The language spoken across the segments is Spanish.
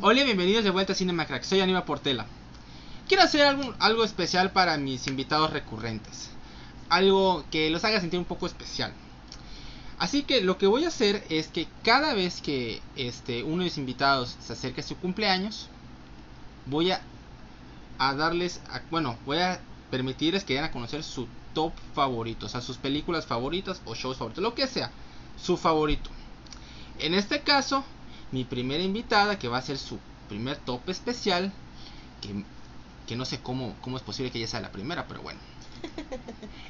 Hola y bienvenidos de vuelta a Cinema Crack, soy Aníbal Portela. Quiero hacer algún- algo especial para mis invitados recurrentes, algo que los haga sentir un poco especial. Así que lo que voy a hacer es que cada vez que este, uno de mis invitados se acerque a su cumpleaños, voy a, a darles, a- bueno, voy a permitirles que den a conocer su top favorito, o sea, sus películas favoritas o shows favoritos, lo que sea, su favorito. En este caso, mi primera invitada, que va a ser su primer top especial, que, que no sé cómo, cómo es posible que ella sea la primera, pero bueno,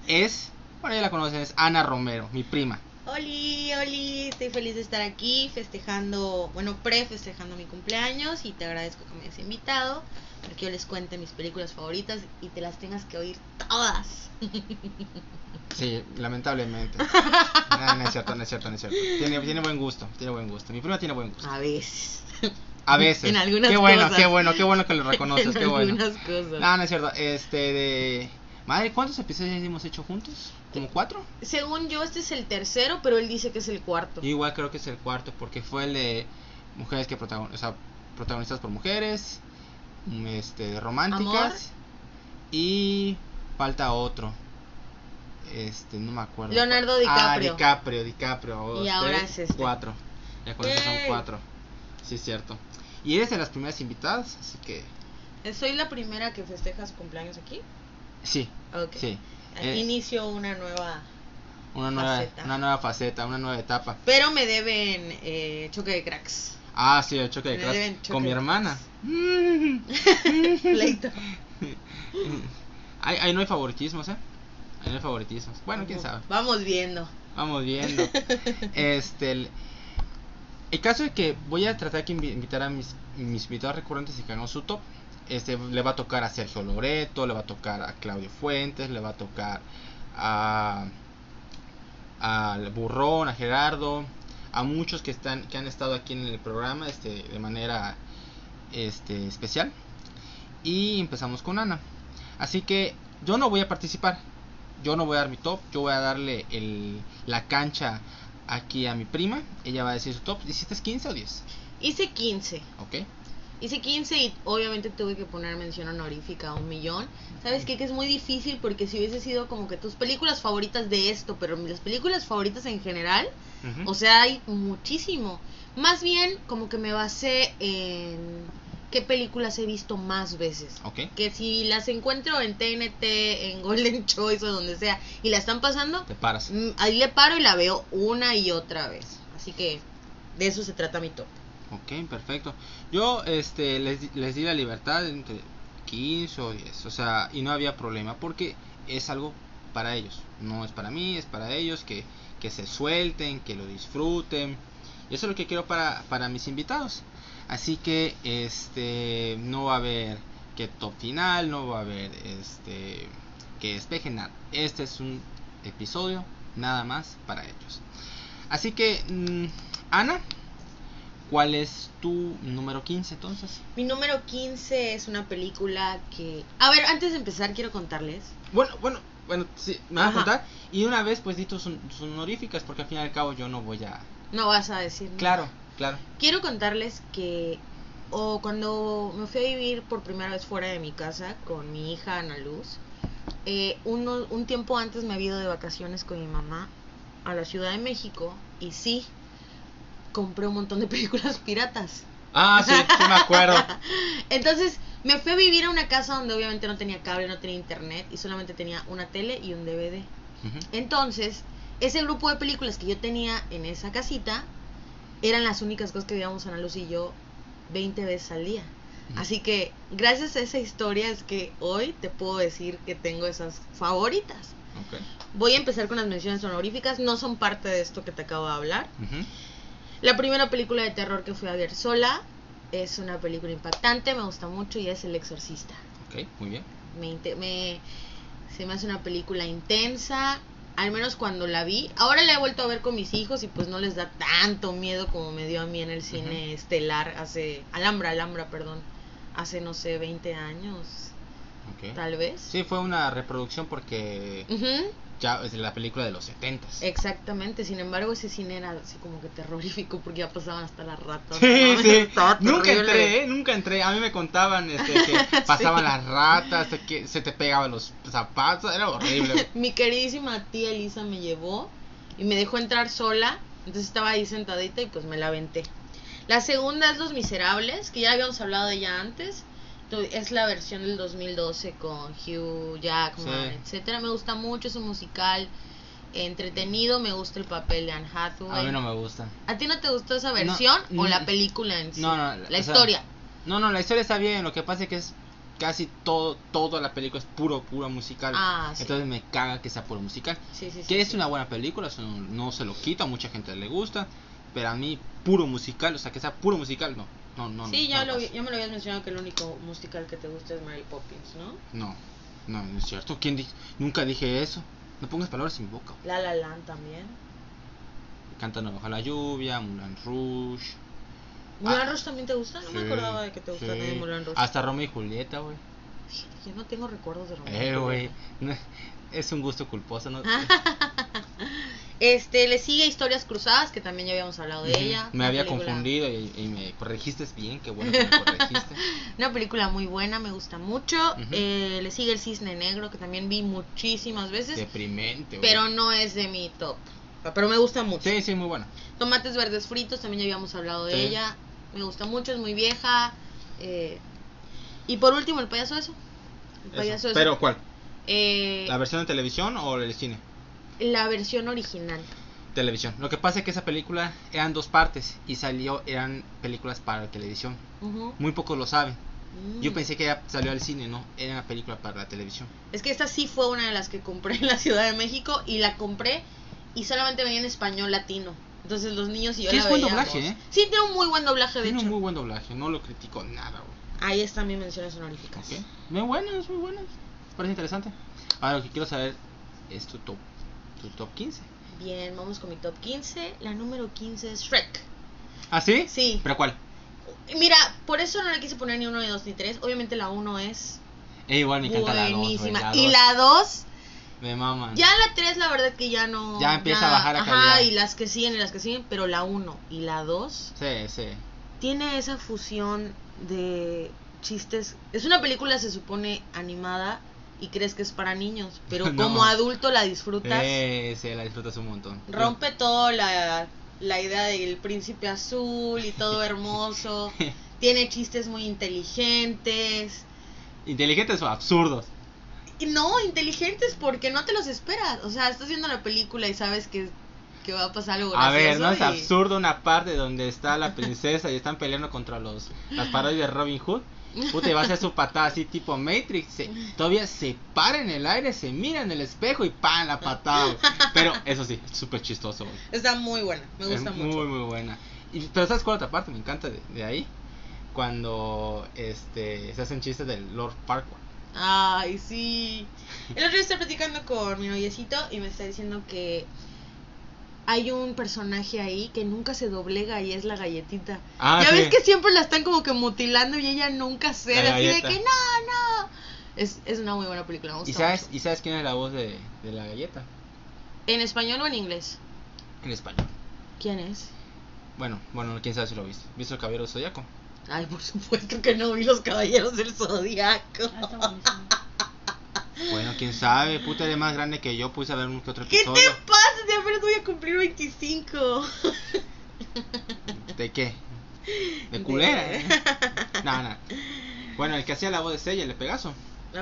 es, bueno, ya la conocen, es Ana Romero, mi prima. Oli, Oli, estoy feliz de estar aquí festejando, bueno, pre-festejando mi cumpleaños y te agradezco que me hayas invitado para que yo les cuente mis películas favoritas y te las tengas que oír todas. Sí, lamentablemente. Ah, No, no es cierto, no es cierto, no es cierto. Tiene, tiene buen gusto, tiene buen gusto. Mi prima tiene buen gusto. A veces. A veces. En algunas qué bueno, cosas. qué bueno, qué bueno que lo reconoces, En qué bueno. algunas cosas. No, no es cierto. Este de Madre, ¿cuántos episodios hemos hecho juntos? ¿Como cuatro? Según yo, este es el tercero, pero él dice que es el cuarto. Yo igual creo que es el cuarto, porque fue el de mujeres que protagon, o sea, protagonizadas por mujeres, mm, este, de románticas y falta otro. Este, no me acuerdo. Leonardo cuál. DiCaprio. Ah, DiCaprio, DiCaprio. Y ahora tres, es este. Cuatro. Ya con eso son Yay. cuatro. Sí, es cierto. Y eres de las primeras invitadas, así que ¿Soy la primera que festeja su cumpleaños aquí? sí, Ok. sí. Aquí Eh, inicio una nueva... una nueva, faceta. una nueva faceta, una nueva etapa. Pero me deben eh, choque de cracks. Ah, sí, el choque de Me clases deben choque con mi de hermana. Pleito. Ahí, ahí no hay favoritismos, ¿eh? Ahí no hay favoritismos. Bueno, quién sabe. Vamos viendo. Vamos viendo. Este, el, el caso es que voy a tratar que invi- invitar a mis, mis invitados recurrentes y que hagan su top. Este, le va a tocar a Sergio Loreto, le va a tocar a Claudio Fuentes, le va a tocar a al Burrón, a Gerardo, a muchos que están que han estado aquí en el programa este de manera este especial. Y empezamos con Ana. Así que yo no voy a participar. Yo no voy a dar mi top. Yo voy a darle el, la cancha aquí a mi prima. Ella va a decir su top. ¿Hiciste 15 o 10? Hice 15. Ok. Hice 15 y obviamente tuve que poner mención honorífica a un millón. ¿Sabes qué? Que es muy difícil porque si hubiese sido como que tus películas favoritas de esto, pero las películas favoritas en general, Ujú. o sea, hay muchísimo. Más bien como que me basé en qué películas he visto más veces. ok. Que si las encuentro en TNT, en Golden Choice o donde sea, y la están pasando, Te paras. Mm, Ahí le paro y la veo una y otra vez. Así que de eso se trata mi top. Ok, perfecto. Yo este, les, di- les di la libertad entre 15 o 10. O sea, y no había problema porque es algo para ellos. No es para mí, es para ellos que, que se suelten, que lo disfruten. Y eso es lo que quiero para, para mis invitados. Así que este no va a haber que top final, no va a haber este que despejen nada. Este es un episodio nada más para ellos. Así que mm, Ana, ¿Cuál es tu número 15 entonces? Mi número 15 es una película que... A ver, antes de empezar quiero contarles. Bueno, bueno, bueno, sí, me vas a Ajá. contar. Y de una vez, pues di tus, hon- tus honoríficas, porque al fin y al cabo yo no voy a. No vas a decir... nada. Claro, claro. Quiero contarles que o cuando me fui a vivir por primera vez fuera de mi casa con mi hija Ana Luz, eh, uno- un tiempo antes me había ido de vacaciones con mi mamá a la Ciudad de México y sí, compré un montón de películas piratas. Ah, sí, sí me acuerdo. Entonces me fui a vivir a una casa donde obviamente no tenía cable, no tenía internet y solamente tenía una tele y un DVD. Ujú. Entonces, ese grupo de películas que yo tenía en esa casita eran las únicas cosas que veíamos Ana Luz y yo 20 veces al día. Ujú. Así que gracias a esa historia es que hoy te puedo decir que tengo esas favoritas. Ok. Voy a empezar con las menciones honoríficas, no son parte de esto que te acabo de hablar. Ujú. La primera película de terror que fui a ver sola es una película impactante, me gusta mucho y es El Exorcista. Ok, muy bien. Me, inte- me- se me hace una película intensa, al menos cuando la vi. Ahora la he vuelto a ver con mis hijos y pues no les da tanto miedo como me dio a mí en el cine estelar hace, Alhambra, Alhambra, perdón, hace no sé, 20 años, ok. tal vez. ¿Eh? Sí, fue una reproducción porque Ujú, ya es la película de los 70 Sí, Exactamente, sin embargo ese cine era así como que terrorífico porque ya pasaban hasta las ratas. sí. ¿no? Estaba Nunca terrible. entré, ¿eh? nunca entré. A mí me contaban este, que pasaban las ratas, que se te pegaban los zapatos, era horrible. Mi queridísima tía Elisa me llevó y me dejó entrar sola. Entonces estaba ahí sentadita y pues me la aventé. La segunda es Los Miserables, que ya habíamos hablado de ella antes. Tu- Es la versión del 2012 con Hugh Jackman, Sí. etcétera. Me gusta mucho, es un musical entretenido. Me gusta el papel de Anne A Hathaway. mí no me gusta. ¿A ti no te gustó esa versión o no. la película en sí? No, no, o la sea, historia. No, no, la historia está bien, lo que pasa es que es casi todo, toda la película es puro, puro musical. Ah, sí. Entonces me caga que sea puro musical. Sí, sí, sí, Que es sí. una buena película, eso no, no se lo quito, a mucha gente le gusta, pero a mí puro musical, o sea, que sea puro musical, no, no, no. Sí, no, ya, no lo, pasa. ya me lo habías mencionado que el único musical que te gusta es Mary Poppins, ¿no? No, no, no es cierto, ¿quién di- Nunca dije eso. No pongas palabras en mi boca. La La Land también. Cantan bajo la lluvia, Mulan Rouge. ¿Mulan Ah. Rush también te gusta? No me sí, acordaba de que te gustaba sí. también Mulan Rush. Hasta Romeo y Julieta, güey. Fíjate, Yo no tengo recuerdos de Romeo. y Eh, güey. Julieta. no, es un gusto culposo, ¿no? Este, le sigue Historias Cruzadas, que también ya habíamos hablado de Ujú. ella. Me Una había película- confundido y, y me corregiste bien, qué bueno que me corregiste. Una película muy buena, me gusta mucho. Ujú. Eh, le sigue El Cisne Negro, que también vi muchísimas veces, Deprimente, güey. pero no es de mi top. Pero me gusta mucho. Sí, sí, muy bueno. Tomates verdes fritos, también ya habíamos hablado de Sí. ella. Me gusta mucho, es muy vieja. eh, Y por último, el payaso eso. El Eso. payaso eso. Pero, ¿cuál? Eh, ¿La versión de televisión o el cine? la versión original. Televisión. Lo que pasa es que esa película eran dos partes y salió, eran películas para televisión. Ujú. Muy pocos lo saben. Yo Mm. pensé que ya salió al cine, no, era una película para la televisión. Es que esta sí fue una de las que compré en la Ciudad de México y la compré y solamente venía en español latino. Entonces los niños y yo Sí, la es buen veíamos. doblaje, ¿eh? Sí, tiene un muy buen doblaje, de Tiene hecho. un muy buen doblaje, no lo critico nada, güey. Ahí están mis menciones honoríficas. Ok. Muy buenas, muy buenas. Parece interesante. Ahora lo que quiero saber es tu top, tu top 15. Bien, vamos con mi top 15. La número 15 es Shrek. ¿Ah, sí? Sí. ¿Pero cuál? Mira, por eso no le quise poner ni uno, ni dos, ni tres. Obviamente la uno es Eh, igual me encanta la 2. buenísima. y la dos, Me maman. ya la tres la verdad que ya no. Ya empieza a bajar la Ajá, calidad. y las que siguen y las que siguen, pero la uno y la dos Sí, sí. tiene esa fusión de chistes. Es una película, se supone, animada y crees que es para niños, pero No. como adulto la disfrutas. Eh, sí, la disfrutas un montón. Rompe todo la, la idea del príncipe azul y todo hermoso. tiene chistes muy inteligentes. Inteligentes o absurdos. Y No, inteligentes porque no te los esperas. O sea, estás viendo la película y sabes que, que va a pasar algo A ver, no es gracioso y- absurdo una parte donde está la princesa y están peleando contra los las parodias de Robin Hood. Puta, y va a hacer su patada así tipo Matrix. se- todavía se para en el aire, se mira en el espejo y ¡pam! la patada. güey. Pero eso sí, súper chistoso. güey. Está muy buena, me gusta es mucho. Muy, muy buena. Y, pero ¿sabes cuál otra parte? Me encanta de, de ahí. Cuando este, se hacen chistes del Lord Parkour. Ay, sí. El otro día estaba platicando con mi noviecito y me está diciendo que hay un personaje ahí que nunca se doblega y es la galletita. Ah, ya sí. ves que siempre la están como que mutilando y ella nunca se La así de galleta. que no, no. Es, es una muy buena película. me ¿Y gusta sabes, mucho. ¿Y sabes quién es la voz de, de la galleta? ¿En español o en inglés? En español. ¿Quién es? Bueno, bueno, quién sabe si lo viste. ¿Viste el caballero zodiaco? Ay, por supuesto que no vi los caballeros del zodiaco. Bueno, quién sabe. Puta, eres más grande que yo. Puse a ver un que otro ¿Qué episodio. te pasa? Ya apenas voy a cumplir 25. ¿De qué? De De- culera, ¿eh? No, no. Bueno, el que hacía la voz de Sella, el de Pegaso.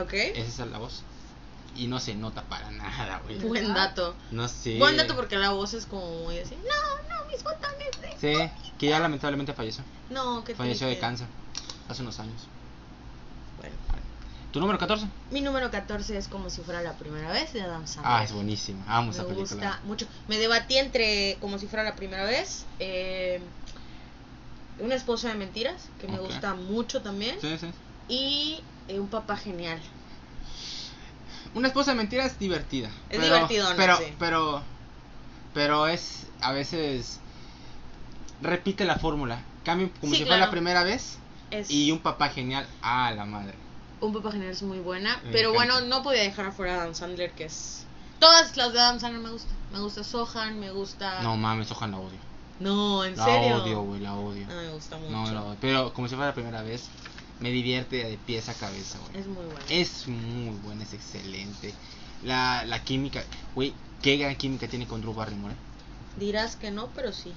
¿Ok? Esa es la voz. Y no se nota para nada, güey. Buen dato. No sé. Pues, Buen dato porque la voz es como muy así. No, no, mis botones de... Sí, que ya lamentablemente falleció. No, qué Falleció de triste. cáncer hace unos años. Bueno. ¿Tu número 14? Mi número 14 es como si fuera la primera vez de Adam Sandler. Ah, es buenísima. Amo esa Me película. gusta mucho. Me debatí entre como si fuera la primera vez. eh, una esposa de mentiras, que me Ok. gusta mucho también. Sí, sí. Y eh, un papá genial. Una esposa de mentira es divertida. Es divertidona, Pero, sí. pero, pero es a veces repite la fórmula. Cambia como Sí, si fuera la claro. primera vez Es y un papá genial a la madre. Un Papa General es muy buena. Me pero encanta. bueno, no podía dejar afuera a Adam Sandler, que es. Todas las de Adam Sandler me gustan. Me gusta Sohan, me gusta. No mames, Sohan la odio. No, Ah. en La serio. odio, güey, la odio. No, Ah, me gusta mucho. No, la odio. Pero como si fuera la primera vez, me divierte de pies a cabeza, güey. Es muy buena. Es muy buena, es excelente. La, la química, güey, qué gran química tiene con Drew Barrymore. ¿eh? Dirás que no, pero sí.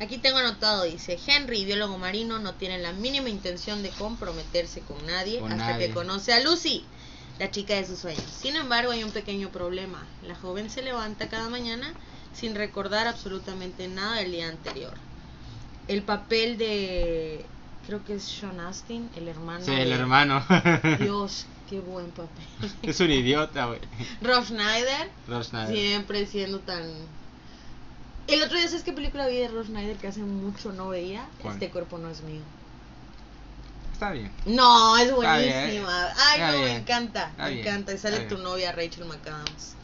Aquí tengo anotado, dice, Henry, biólogo marino, no tiene la mínima intención de comprometerse con nadie Con hasta nadie. que conoce a Lucy, la chica de sus sueños. Sin embargo, hay un pequeño problema. La joven se levanta cada mañana sin recordar absolutamente nada del día anterior. El papel de, creo que es Sean Astin, el hermano. Sí, el de- hermano. Dios, qué buen papel. es un idiota, güey. Rob Schneider, Rob Schneider. Siempre siendo tan. El otro día, ¿sabes qué película vi de Rob Schneider que hace mucho no veía? ¿Cuál? Este cuerpo no es mío. eh. Está bien. No, es Está bien. buenísima. Ay, Está no, me bien. encanta. Está me bien. encanta. Y Está sale tu bien. novia Rachel McAdams.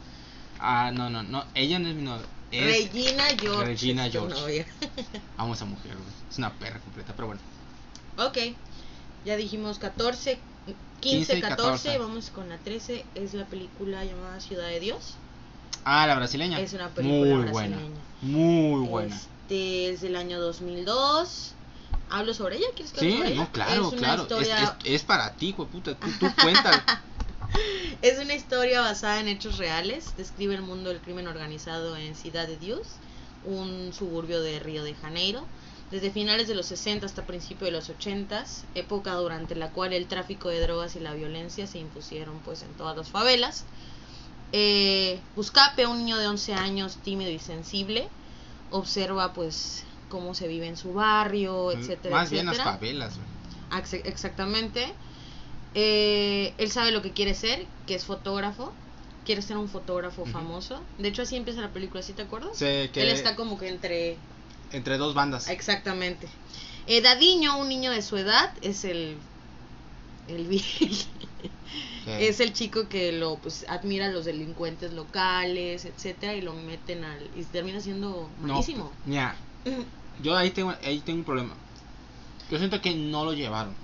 Ah, no, no, no. Ella no es mi novia. Es... Regina George. Regina es tu George. novia. Amo a esa mujer, güey. Es una perra completa, pero bueno. ok. Ya dijimos 14, 15, 15 y 14. 14. Vamos con la 13. Es la película llamada Ciudad de Dios. Ah, la brasileña. Es una película Muy buena. brasileña. Muy buena. Este es del año 2002. ¿Hablo sobre ella? ¿Quieres que hable Sí, sobre ella? no, claro, es una claro. Es- Historia, Es, es para ti, güey, puta. Tú, tú cuéntalo. Es una historia basada en hechos reales. Describe el mundo del crimen organizado en Ciudad de Dios, un suburbio de Río de Janeiro. Desde finales de los 60 hasta principios de los 80, época durante la cual el tráfico de drogas y la violencia se impusieron pues en todas las favelas. Eh, Buscape, un niño de 11 años tímido y sensible, observa pues cómo se vive en su barrio, etcétera, Más bien las etcétera. favelas, güey. Axe- Exactamente. Eh, él sabe lo que quiere ser, que es fotógrafo. Quiere ser un fotógrafo Ujú. famoso. De hecho, así empieza la película, ¿sí te acuerdas? Sí, que Él está como que entre... entre dos bandas. Exactamente. Eh, Dadiño, un niño de su edad, es el... El, vi- Sí. es el chico que lo pues, admira a los delincuentes locales, etcétera, y lo meten al y termina siendo No, malísimo. mira, yo ahí tengo, ahí tengo un problema. Yo siento que no lo llevaron.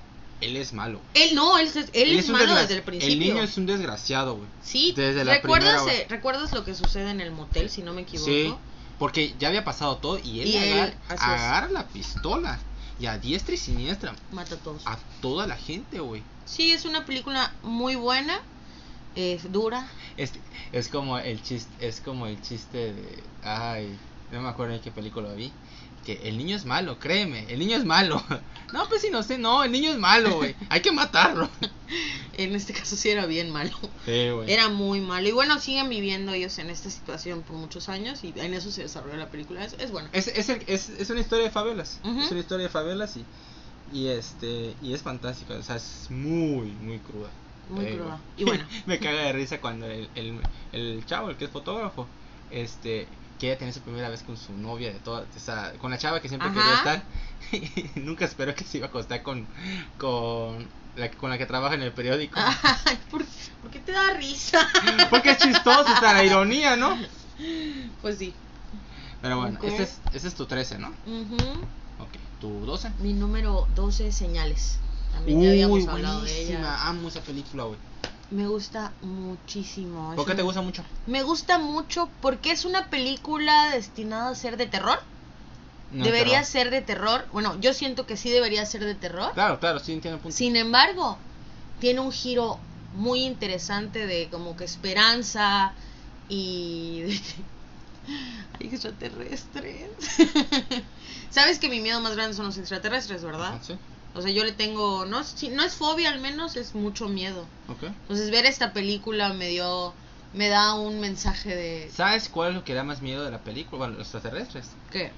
Él es malo. Él no, él, es- él Él es, un malo desgra- desde el principio. El niño es un desgraciado, güey. Sí, Desde la ¿recuerdas, primera, eh, ¿recuerdas lo que sucede en el motel, si no me equivoco? Sí, porque ya había pasado todo y él, Y él, agar- así es. agarra la pistola y a diestra y siniestra Mata a todos. a toda la gente, güey. Sí, es una película muy buena, eh, dura. Es, es como el chiste, es como el chiste de, ay, no me acuerdo en qué película vi, que el niño es malo, créeme, el niño es malo. No, pues si no sé, no, el niño es malo, güey. Hay que matarlo. En este caso sí era bien malo. Sí, güey. Era muy malo. Y bueno, siguen viviendo ellos en esta situación por muchos años y en eso se desarrolló la película. Es, es buena. Es, es, el- es, es una historia de favelas. Ujú. Es una historia de favelas y, y este y es fantástica. O sea, es muy, muy cruda. Muy Te digo. cruda. Y bueno. Me caga de risa cuando el, el, el chavo, el que es fotógrafo, este que ella tenía su primera vez con su novia de toda esa, con la chava que siempre quería Ajá. estar y nunca esperó que se iba a acostar con con la que- con la que trabaja en el periódico Ay, ¿por, por qué te da risa? porque es chistoso está la ironía no Pues sí. pero bueno Ok. este es este es tu 13 no Ujú. Ok, tu 12 Mi número 12, Señales. También ya Uy, habíamos hablado de ella. buenísima. Amo esa película, güey. Me gusta muchísimo. Es ¿Por qué te una- gusta mucho? Me gusta mucho porque es una película destinada a ser de terror. No, debería terror. ser de terror. Bueno, yo siento que sí debería ser de terror. Claro, claro, sí entiendo el punto. Sin embargo, tiene un giro muy interesante de como que esperanza y de Ay, extraterrestres. Sabes que mi miedo más grande son los extraterrestres, ¿verdad? Ajá, Sí, O sea, yo le tengo no es- si no es fobia al menos, es mucho miedo. ok. Entonces ver esta película me dio me da un mensaje de ¿Sabes cuál es lo que da más miedo de la película? Bueno, los extraterrestres. ¿Qué?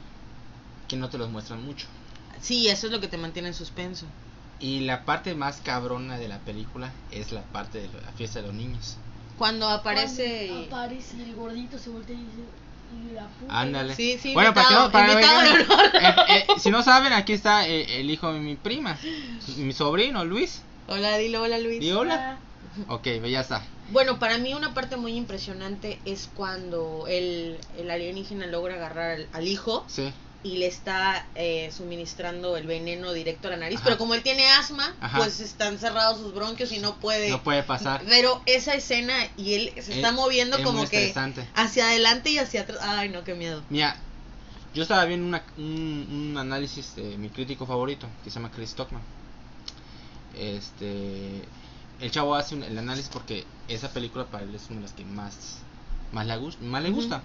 Que no te los muestran mucho. Sí, eso es lo que te mantiene en suspenso. Y la parte más cabrona de la película es la parte de la fiesta de los niños. Cuando aparece. Cuando y- Aparece el gordito, se voltea y dice. "Y La puta". Ándale. Sí, sí, bueno, para que invitado, no- para- invitado de eh, eh, si no saben, aquí está eh, el hijo de mi prima, mi sobrino Luis. Hola, dilo, hola Luis. Di hola. Ok, ya está. Bueno, para mí una parte muy impresionante es cuando el, el alienígena logra agarrar al, al hijo Sí. y le está eh, suministrando el veneno directo a la nariz. Ajá. Pero como él tiene asma, Ajá. pues están cerrados sus bronquios y no puede. No puede pasar. Pero esa escena y él Eh, se está Eh, moviendo es como muy que estresante. hacia adelante y hacia atrás. Ay, no, qué miedo. Mira, yo estaba viendo una- un, un análisis de mi crítico favorito, que se llama Chris Stockman. Este, el chavo hace un- el análisis porque esa película para él es una de las que más, más, la gus- más le Ujú. gusta.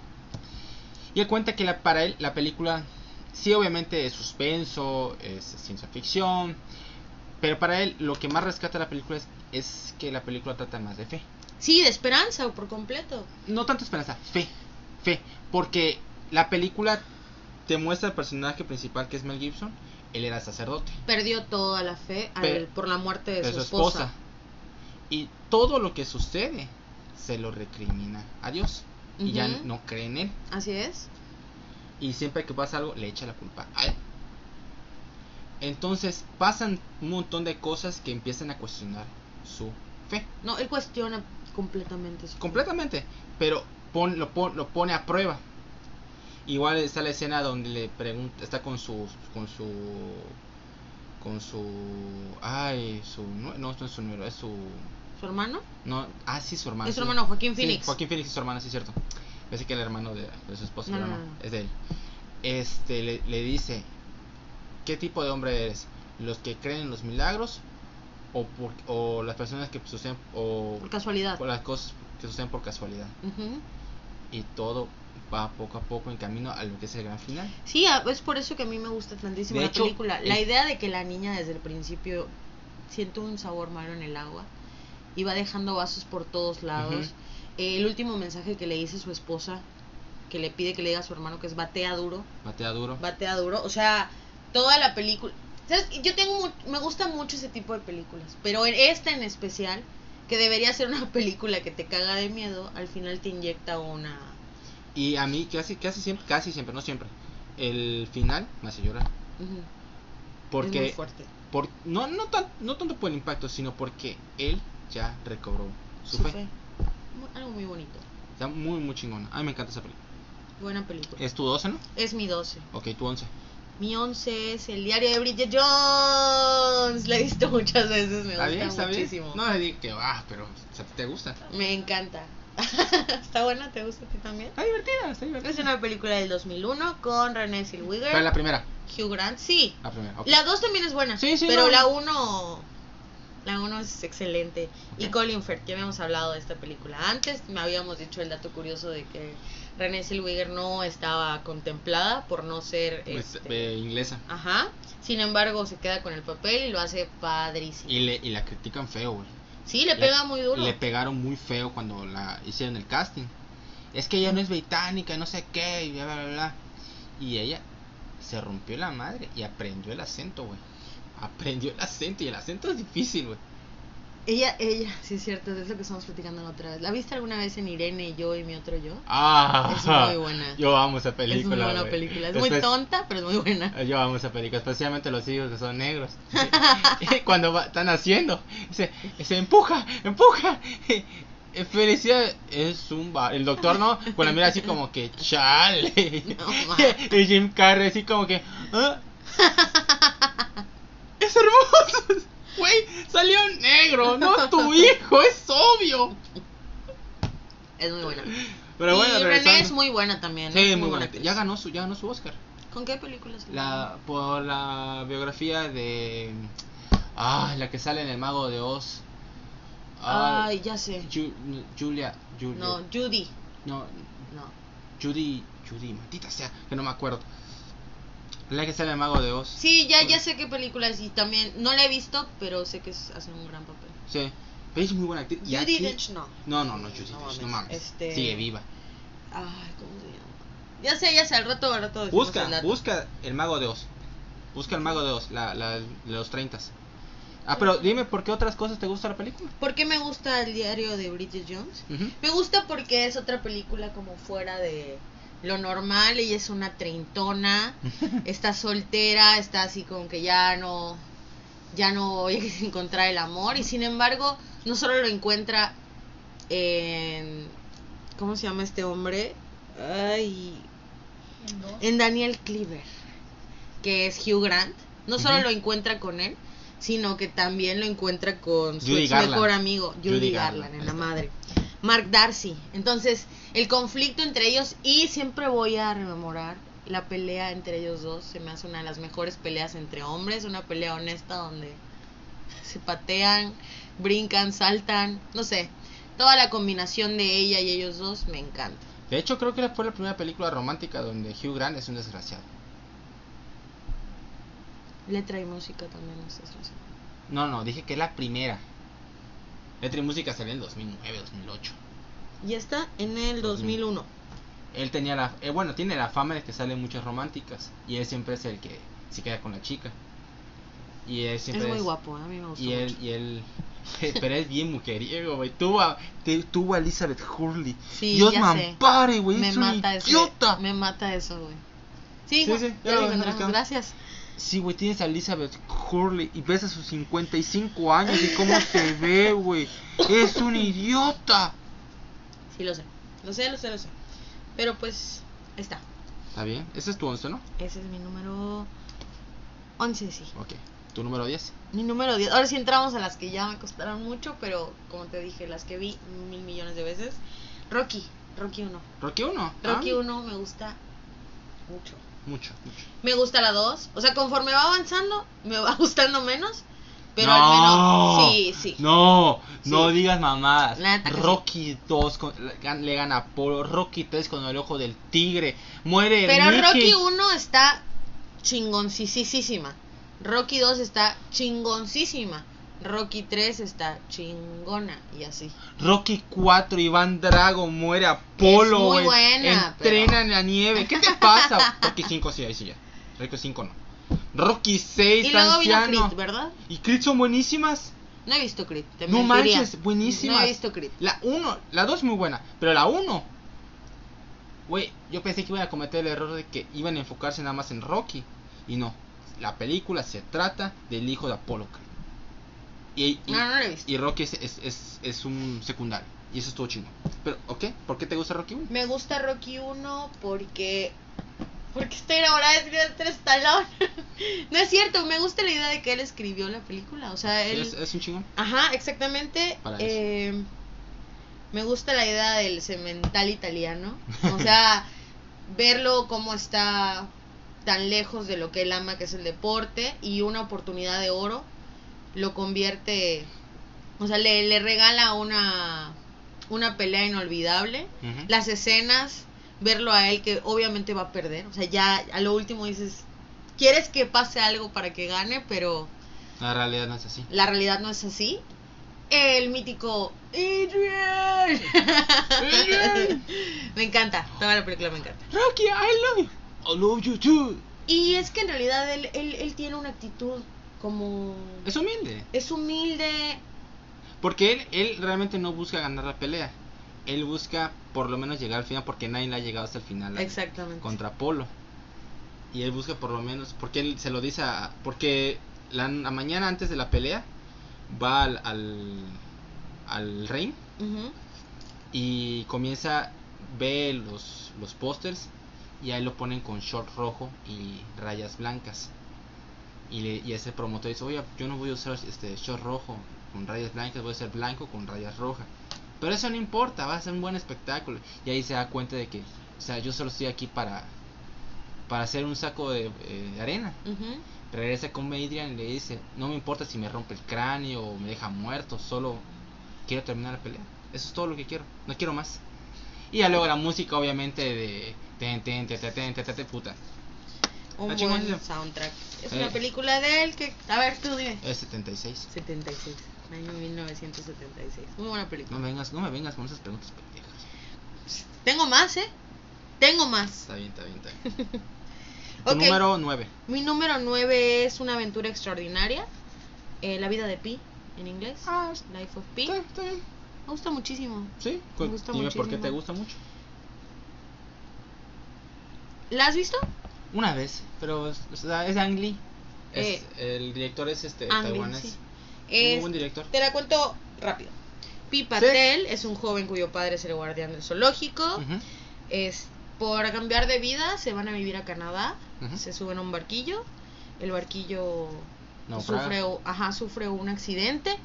Y él cuenta que la, para él la película, sí obviamente es suspenso, es ciencia ficción, pero para él lo que más rescata la película es, es que la película trata más de fe. Sí, de esperanza por completo. No tanto esperanza, fe. Fe. Porque la película te muestra el personaje principal que es Mel Gibson. Él era sacerdote. Perdió toda la fe al- Pero- por la muerte de, de su, esposa. Y todo lo que sucede se lo recrimina a Dios. Y ya Ujú. no cree en él. Así es. Y siempre que pasa algo, le echa la culpa a él. Entonces pasan un montón de cosas que empiezan a cuestionar su fe. No, él cuestiona completamente su fe. completamente, pero pon- lo, pon- lo pone a prueba. Igual está la escena donde le pregunta, está con su, con su, con su, ay, su, no, no, no es su número, es su, ¿Su hermano? no, ah, sí, su hermano. Es su sí. hermano, Joaquín Sí, Phoenix. Joaquín Phoenix es su hermano, sí, cierto. Pensé que era el hermano de, de su esposa, No, pero no, no, no. es de él. Este, le, le dice, ¿qué tipo de hombre eres? ¿Los que creen en los milagros? ¿O, por- o las personas que suceden, o Por casualidad. por las cosas que suceden por casualidad Ujú. y todo va poco a poco en camino a lo que es el gran final Sí, a- es por eso que a mí me gusta tantísimo De la hecho, película. La es- idea de que la niña desde el principio siente un sabor malo en el agua y va dejando vasos por todos lados. Ujú. Eh, el último mensaje que le dice su esposa, que le pide que le diga a su hermano que es batea duro, batea duro batea duro. O sea, toda la película. ¿Sabes? Yo tengo mu- me gusta mucho ese tipo de películas, pero en esta en especial, que debería ser una película que te caga de miedo, al final te inyecta una. y a mí casi casi siempre casi siempre no siempre el final me hace llorar Ujú. es muy porque fuerte. por, no no tan- no tanto por el impacto sino porque él ya recobró su, fe. Mu- Algo muy bonito. está muy muy chingona a mí me encanta esa película Buena película. Es, es tu 12 no mi 12. ok tu 11 Mi 11 es El diario de Bridget Jones. La he visto muchas veces, me está gusta bien está bien muchísimo. no le digo que ah pero o sea, te gusta Me encanta. ¿Está buena? ¿Te gusta a ti también? está divertida está divertida Es una película del 2001 con Renée pero Zellweger, la primera Hugh Grant. Sí. la primera ok. La 2 también es buena. Sí, sí, pero no. la 1... La 1 es excelente. Y Colin Firth, ya habíamos hablado de esta película antes. Me habíamos dicho el dato curioso de que Renée Zellweger no estaba contemplada por no ser... Es, este, eh, inglesa Ajá. Sin embargo, se queda con el papel y lo hace padrísimo. y le y la critican feo güey sí, le Le- pega muy duro. Le pegaron muy feo cuando la hicieron el casting. Es que ella no es británica, no sé qué, y bla, bla, bla, bla. Y ella se rompió la madre y aprendió el acento, güey. Aprendió el acento y el acento es difícil, güey. Ella, ella, sí es cierto, es lo que estamos platicando la otra vez. ¿La viste alguna vez en Irene y yo y mi otro yo? Ah, Es muy buena. Yo amo esa película. es muy buena güey. película. Es muy Espe- tonta, pero es muy buena. Yo amo esa película, especialmente los hijos que son negros. Cuando va- están haciendo, se, se empuja, empuja. Eh, Felicidad es un bar. El doctor, ¿no? Con la mira así como que, chale. No, ma. y Jim Carrey así como que, "Ah". Es hermoso. Güey, salió negro, no es tu hijo, es obvio. Es muy buena. Pero bueno, y René regresando. es muy buena también. Sí, es muy buena. actriz. Ya ganó su, ya ganó su Oscar. ¿Con qué películas? La, por la biografía de. Ah, la que sale en El Mago de Oz. Ah, Ay, ya sé. Ju- Julia. Julia. No, Judy. no, No. Judy. Judy, maldita sea, que no me acuerdo. La que sale en El Mago de Oz. Sí, ya, ya sé qué película es y también no la he visto, pero sé que es- hace un gran papel. Sí. Pero es muy buena actriz. Y Judy aquí- Dench no. No, no, no, Judy No Dench, mames. no mames. Este- Sigue viva. Ay, ¿cómo se llama? Ya sé, ya sé, al rato, al rato. decimos el Busca, dato. busca El Mago de Oz. Busca El Mago de Oz, la, la de los 30. Ah, pero dime por qué otras cosas te gusta la película. ¿Por qué me gusta el diario de Bridget Jones? Ujú. Me gusta porque es otra película como fuera de lo normal. Ella es una treintona, está soltera, está así como que ya no, ya no voy a encontrar el amor. Y sin embargo, no solo lo encuentra en. ¿Cómo se llama este hombre? Ay. En dos. Eh, En Daniel Cleaver. que es Hugh Grant, no solo Ujú. lo encuentra con él, sino que también lo encuentra con su Judy ex Garland. mejor amigo, Judy, Judy Garland, Garland, en la ahí está. madre. Mark Darcy. Entonces, el conflicto entre ellos, y siempre voy a rememorar la pelea entre ellos dos, se me hace una de las mejores peleas entre hombres, una pelea honesta donde se patean, brincan, saltan, no sé. Toda la combinación de ella y ellos dos me encanta. De hecho, creo que fue la primera película romántica donde Hugh Grant es un desgraciado. Letra y música también es eso. No, no, dije que es la primera. Letra y música salió en 2009, 2008. Y está en 2001. el 2001. Él tenía la. eh, bueno, tiene la fama de que salen muchas románticas. Y él siempre es el que se queda con la chica. Y él Es siempre muy guapo, ¿eh? a mí me gusta pues. Y él, mucho. y él. Pero es bien mujeriego, güey. Tuvo a, te- tuvo a Elizabeth Hurley. Sí, Dios ya me sé. ampare, güey. me es un mata eso. idiota. Me mata eso, güey. Sí, Sí, güey, sí, ya ya lo lo encontramos, encontramos. gracias. Sí, güey, tienes a Elizabeth Hurley y ves a sus 55 años y cómo se ve, güey. Es un idiota. Sí, lo sé. Lo sé, lo sé, lo sé. Pero pues, ahí está. Está bien. Ese es tu once, ¿no? Ese es mi número 11, sí. Ok. Tu número 10. Mi número 10. Ahora sí entramos a las que ya me costaron mucho, pero como te dije, las que vi mil millones de veces. Rocky, Rocky 1. Rocky 1. Rocky 1 me gusta mucho. Mucho, mucho. Me gusta la 2. O sea, conforme va avanzando, me va gustando menos. Pero No. al menos. Sí, sí. No, no Sí. digas mamadas. Neta que sí. Rocky 2 con- le gan- le gana a Polo. Rocky 3 con el ojo del tigre. Muere Pero Mickey. Rocky 1 está chingoncísima. Rocky 2 está chingoncísima. Rocky 3 está chingona y así. Rocky 4, Iván Drago muere a Polo. muy güey. buena, Entrena pero- en la nieve. ¿Qué te pasa? Rocky 5 sí, ahí sí ya. Rocky 5 no. Rocky 6, y luego vino anciano. Creed, ¿verdad? y Creed son buenísimas. No he visto Creed. te No mentiría. manches, buenísimas. No he visto Creed. La 1, la 2 muy buena, pero la 1. Güey, yo pensé que iban a cometer el error de que iban a enfocarse nada más en Rocky. Y no, la película se trata del hijo de Apollo Creed. Y, y- No, no lo he visto. y Rocky es, es, es- es un secundario. Y eso estuvo chingón. Pero, ¿ok? ¿Por qué te gusta Rocky? güey? Me gusta Rocky 1 porque. Porque estoy enamorada de Sylvester Stallone. no es cierto, me gusta la idea de que él escribió la película. O sea, Ah, él. Es, es un chingón. Ajá, exactamente. Para eso. Eh, me gusta la idea del cemental italiano. O sea, verlo cómo está tan lejos de lo que él ama, que es el deporte, y una oportunidad de oro lo convierte. O sea, le, le regala una, una pelea inolvidable. Ujú. Las escenas, verlo a él que obviamente va a perder. O sea, ya a lo último dices, quieres que pase algo para que gane, pero La realidad no es así. la realidad no es así. El mítico Adrian. Adrian. me encanta, toda la película me encanta. Rocky, I love you. I love you too. Y es que en realidad él, él, él tiene una actitud como... Es humilde. Es humilde. Porque él, él realmente no busca ganar la pelea. Él busca por lo menos llegar al final porque nadie le ha llegado hasta el final. a- Exactamente. Contra Polo. Y él busca por lo menos, porque él se lo dice a... Porque la, la mañana antes de la pelea va al, al, al ring Ujú. y comienza, ve los, los pósters y ahí lo ponen con short rojo y rayas blancas. Y, le- y ese promotor dice, oye, yo no voy a usar este short rojo con rayas blancas, voy a ser blanco con rayas rojas. Pero eso no importa, va a ser un buen espectáculo. Y ahí se da cuenta de que, o sea, yo solo estoy aquí para, para hacer un saco de, eh, de arena. Ujú. Regresa con Adrian y le dice, no me importa si me rompe el cráneo o me deja muerto, solo quiero terminar la pelea. Eso es todo lo que quiero, no quiero más. Y ya luego la música obviamente de... Ten, ten, ten, ten, ten, ten, ten, ten, puta. Un Ah, chingón, buen sí. soundtrack. Es Eh. una película de él que... A ver, tú dime. Es 76. 76. Año 1976. Muy buena película. No me vengas, no me vengas con esas preguntas pendejas. Tengo más, ¿eh? Tengo más. Está bien, está bien, está bien. Tu Ok. número 9. Mi número 9 es Una aventura extraordinaria. eh, la vida de Pi, en inglés. Life of Pi. Está, Me está bien. gusta muchísimo. Sí, cu- gusta dime por qué muchísimo. te gusta mucho. ¿La has visto? Una vez, pero es, o sea, es Ang Lee. Es- Eh, el director es este Ang Lee, taiwanés. sí. Muy Es- buen director. Te la cuento rápido. Pi Patel es un joven cuyo padre es el guardián del zoológico. Ujú. Es por cambiar de vida se van a vivir a Canadá, Ujú. se suben a un barquillo, el barquillo Naufraga. sufre, o- ajá, sufre un accidente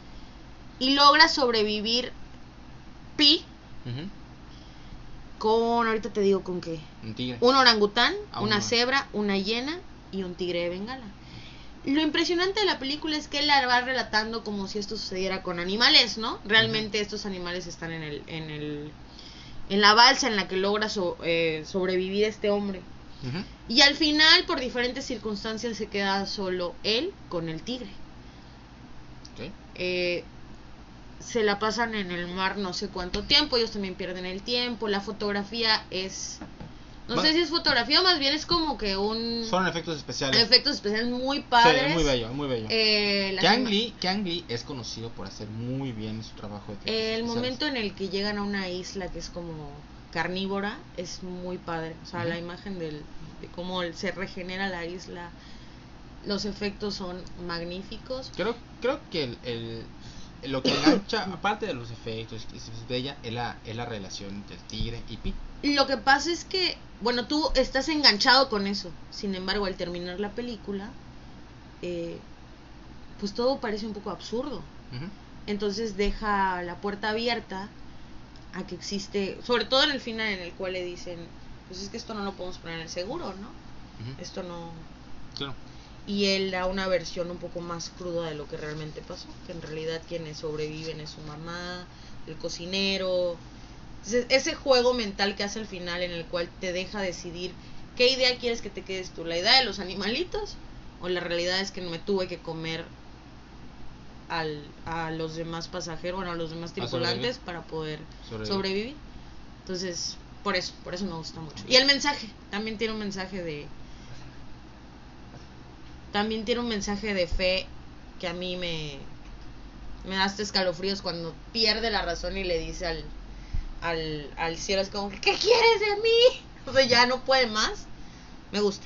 y logra sobrevivir Pi Ujú. con, ahorita te digo con qué, Un tigre. un orangután, Ah, una una. cebra, una hiena y un tigre de Bengala. Lo impresionante de la película es que él la va relatando como si esto sucediera con animales, ¿no? Realmente estos animales están en el, en el, en la balsa en la que logra so- eh, sobrevivir este hombre. Ujú. Y al final, por diferentes circunstancias, se queda solo él con el tigre. Ok. Eh, se la pasan en el mar no sé cuánto tiempo, ellos también pierden el tiempo, la fotografía es... No Va- sé si es fotografía, más bien es como que un... Fueron efectos especiales. Mm. efectos especiales muy Sí, padres. es muy bello, muy bello. Eh, las Kang ima- Lee, Kang Lee es conocido por hacer muy bien su trabajo. de efectos El especiales. momento en el que llegan a una isla que es como carnívora es muy padre. O sea, la Ujú. imagen del, de cómo el- se regenera la isla, los efectos son magníficos. Creo, creo que el, el- lo que engancha, aparte de los efectos, que es bella, es la, es la relación del tigre y Pi. Lo que pasa es que, bueno, tú estás enganchado con eso. Sin embargo, al terminar la película, eh, pues todo parece un poco absurdo. Ujú. Entonces deja la puerta abierta a que existe, sobre todo en el final en el cual le dicen, pues es que esto no lo podemos poner en el seguro, ¿no? Ujú. Esto no... Claro. Y él da una versión un poco más cruda de lo que realmente pasó, que en realidad quienes sobreviven es su mamá, el cocinero. Entonces, ese juego mental que hace al final en el cual te deja decidir qué idea quieres que te quedes tú, la idea de los animalitos o la realidad es que me tuve que comer al, a los demás pasajeros, bueno, a los demás A sobrevivir. tripulantes para poder Sobrevivir. sobrevivir. Entonces, por eso, por eso me gusta mucho. Y el mensaje, también tiene un mensaje de también tiene un mensaje de fe que a mí me me da hasta escalofríos cuando pierde la razón y le dice al al, al cielo es como, ¿qué quieres de mí? O sea, ya no puede más. Me gusta.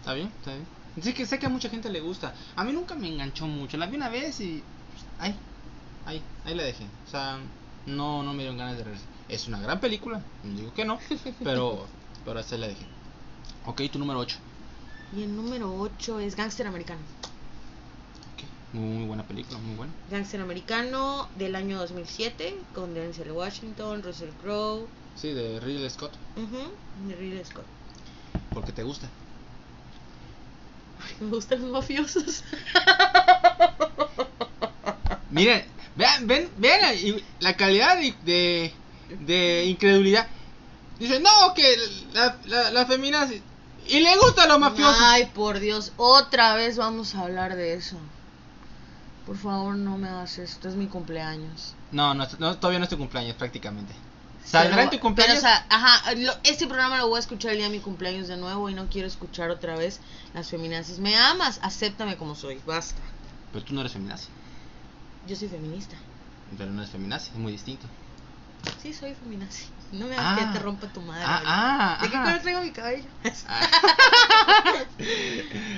Está bien, está bien. Sí que sé que a mucha gente le gusta. A mí nunca me enganchó mucho. La vi una vez y. pues, Ahí, ahí, ahí la dejé. O sea, no, no me dieron ganas de regresar. Es una gran película, no digo que no, pero, pero hasta ahí la dejé. Ok, tu número 8. Y el número 8 es Gangster Americano. Muy, buena película, muy buena. Gangster Americano del año 2007 con Denzel Washington, Russell Crowe, Sí, de Ridley Scott, ujú, y Ridley Scott. porque te gusta. Me gustan los mafiosos. Miren, vean, ven, vean la, y- la calidad de, de, de incredulidad. Dicen, no, que la, la, la feminazi- Y le gusta a los mafiosos. Ay, por Dios, otra vez vamos a hablar de eso. Por favor, no me hagas esto, es mi cumpleaños. No, no, no, todavía no es tu cumpleaños prácticamente. ¿Saldrá en Pero- tu cumpleaños? pero, o sea, ajá, lo- este programa lo voy a escuchar el día de mi cumpleaños de nuevo y no quiero escuchar otra vez las feminazis. Me amas, acéptame como soy, basta. Pero tú no eres feminazi. Yo soy feminista. Pero no eres feminazi, es muy distinto. Sí, soy feminazi. No me hagas Ah. que te rompa tu madre. Ah, ah, ¿De qué ajá. color traigo mi cabello?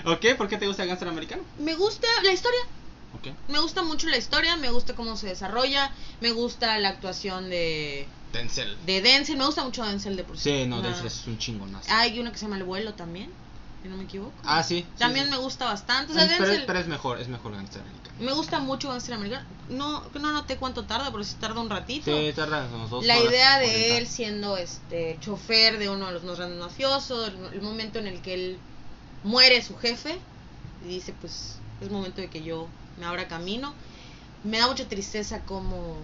Ok, ¿por qué te gusta el gánster americano? me gusta la historia. Ok. Me gusta mucho la historia, me gusta cómo se desarrolla, me gusta la actuación de, Denzel. de Denzel, Ah. me gusta mucho Denzel de por Sí, no, Ajá. Denzel es un chingonazo. Hay uno que se llama El Vuelo también, si no me equivoco. Ah, sí. sí, también sí. me gusta bastante. O sea, pero, Denzel, pero es mejor, es mejor gánster americano. me gusta mucho Denzel americano. No, no noté cuánto tarda, pero sí tarda un ratito. Sí, tarda como dos la horas idea de 40. él siendo este chofer de uno de los más grandes mafiosos, el, el momento en el que él muere su jefe y dice, pues es momento de que yo me abra camino. Me da mucha tristeza como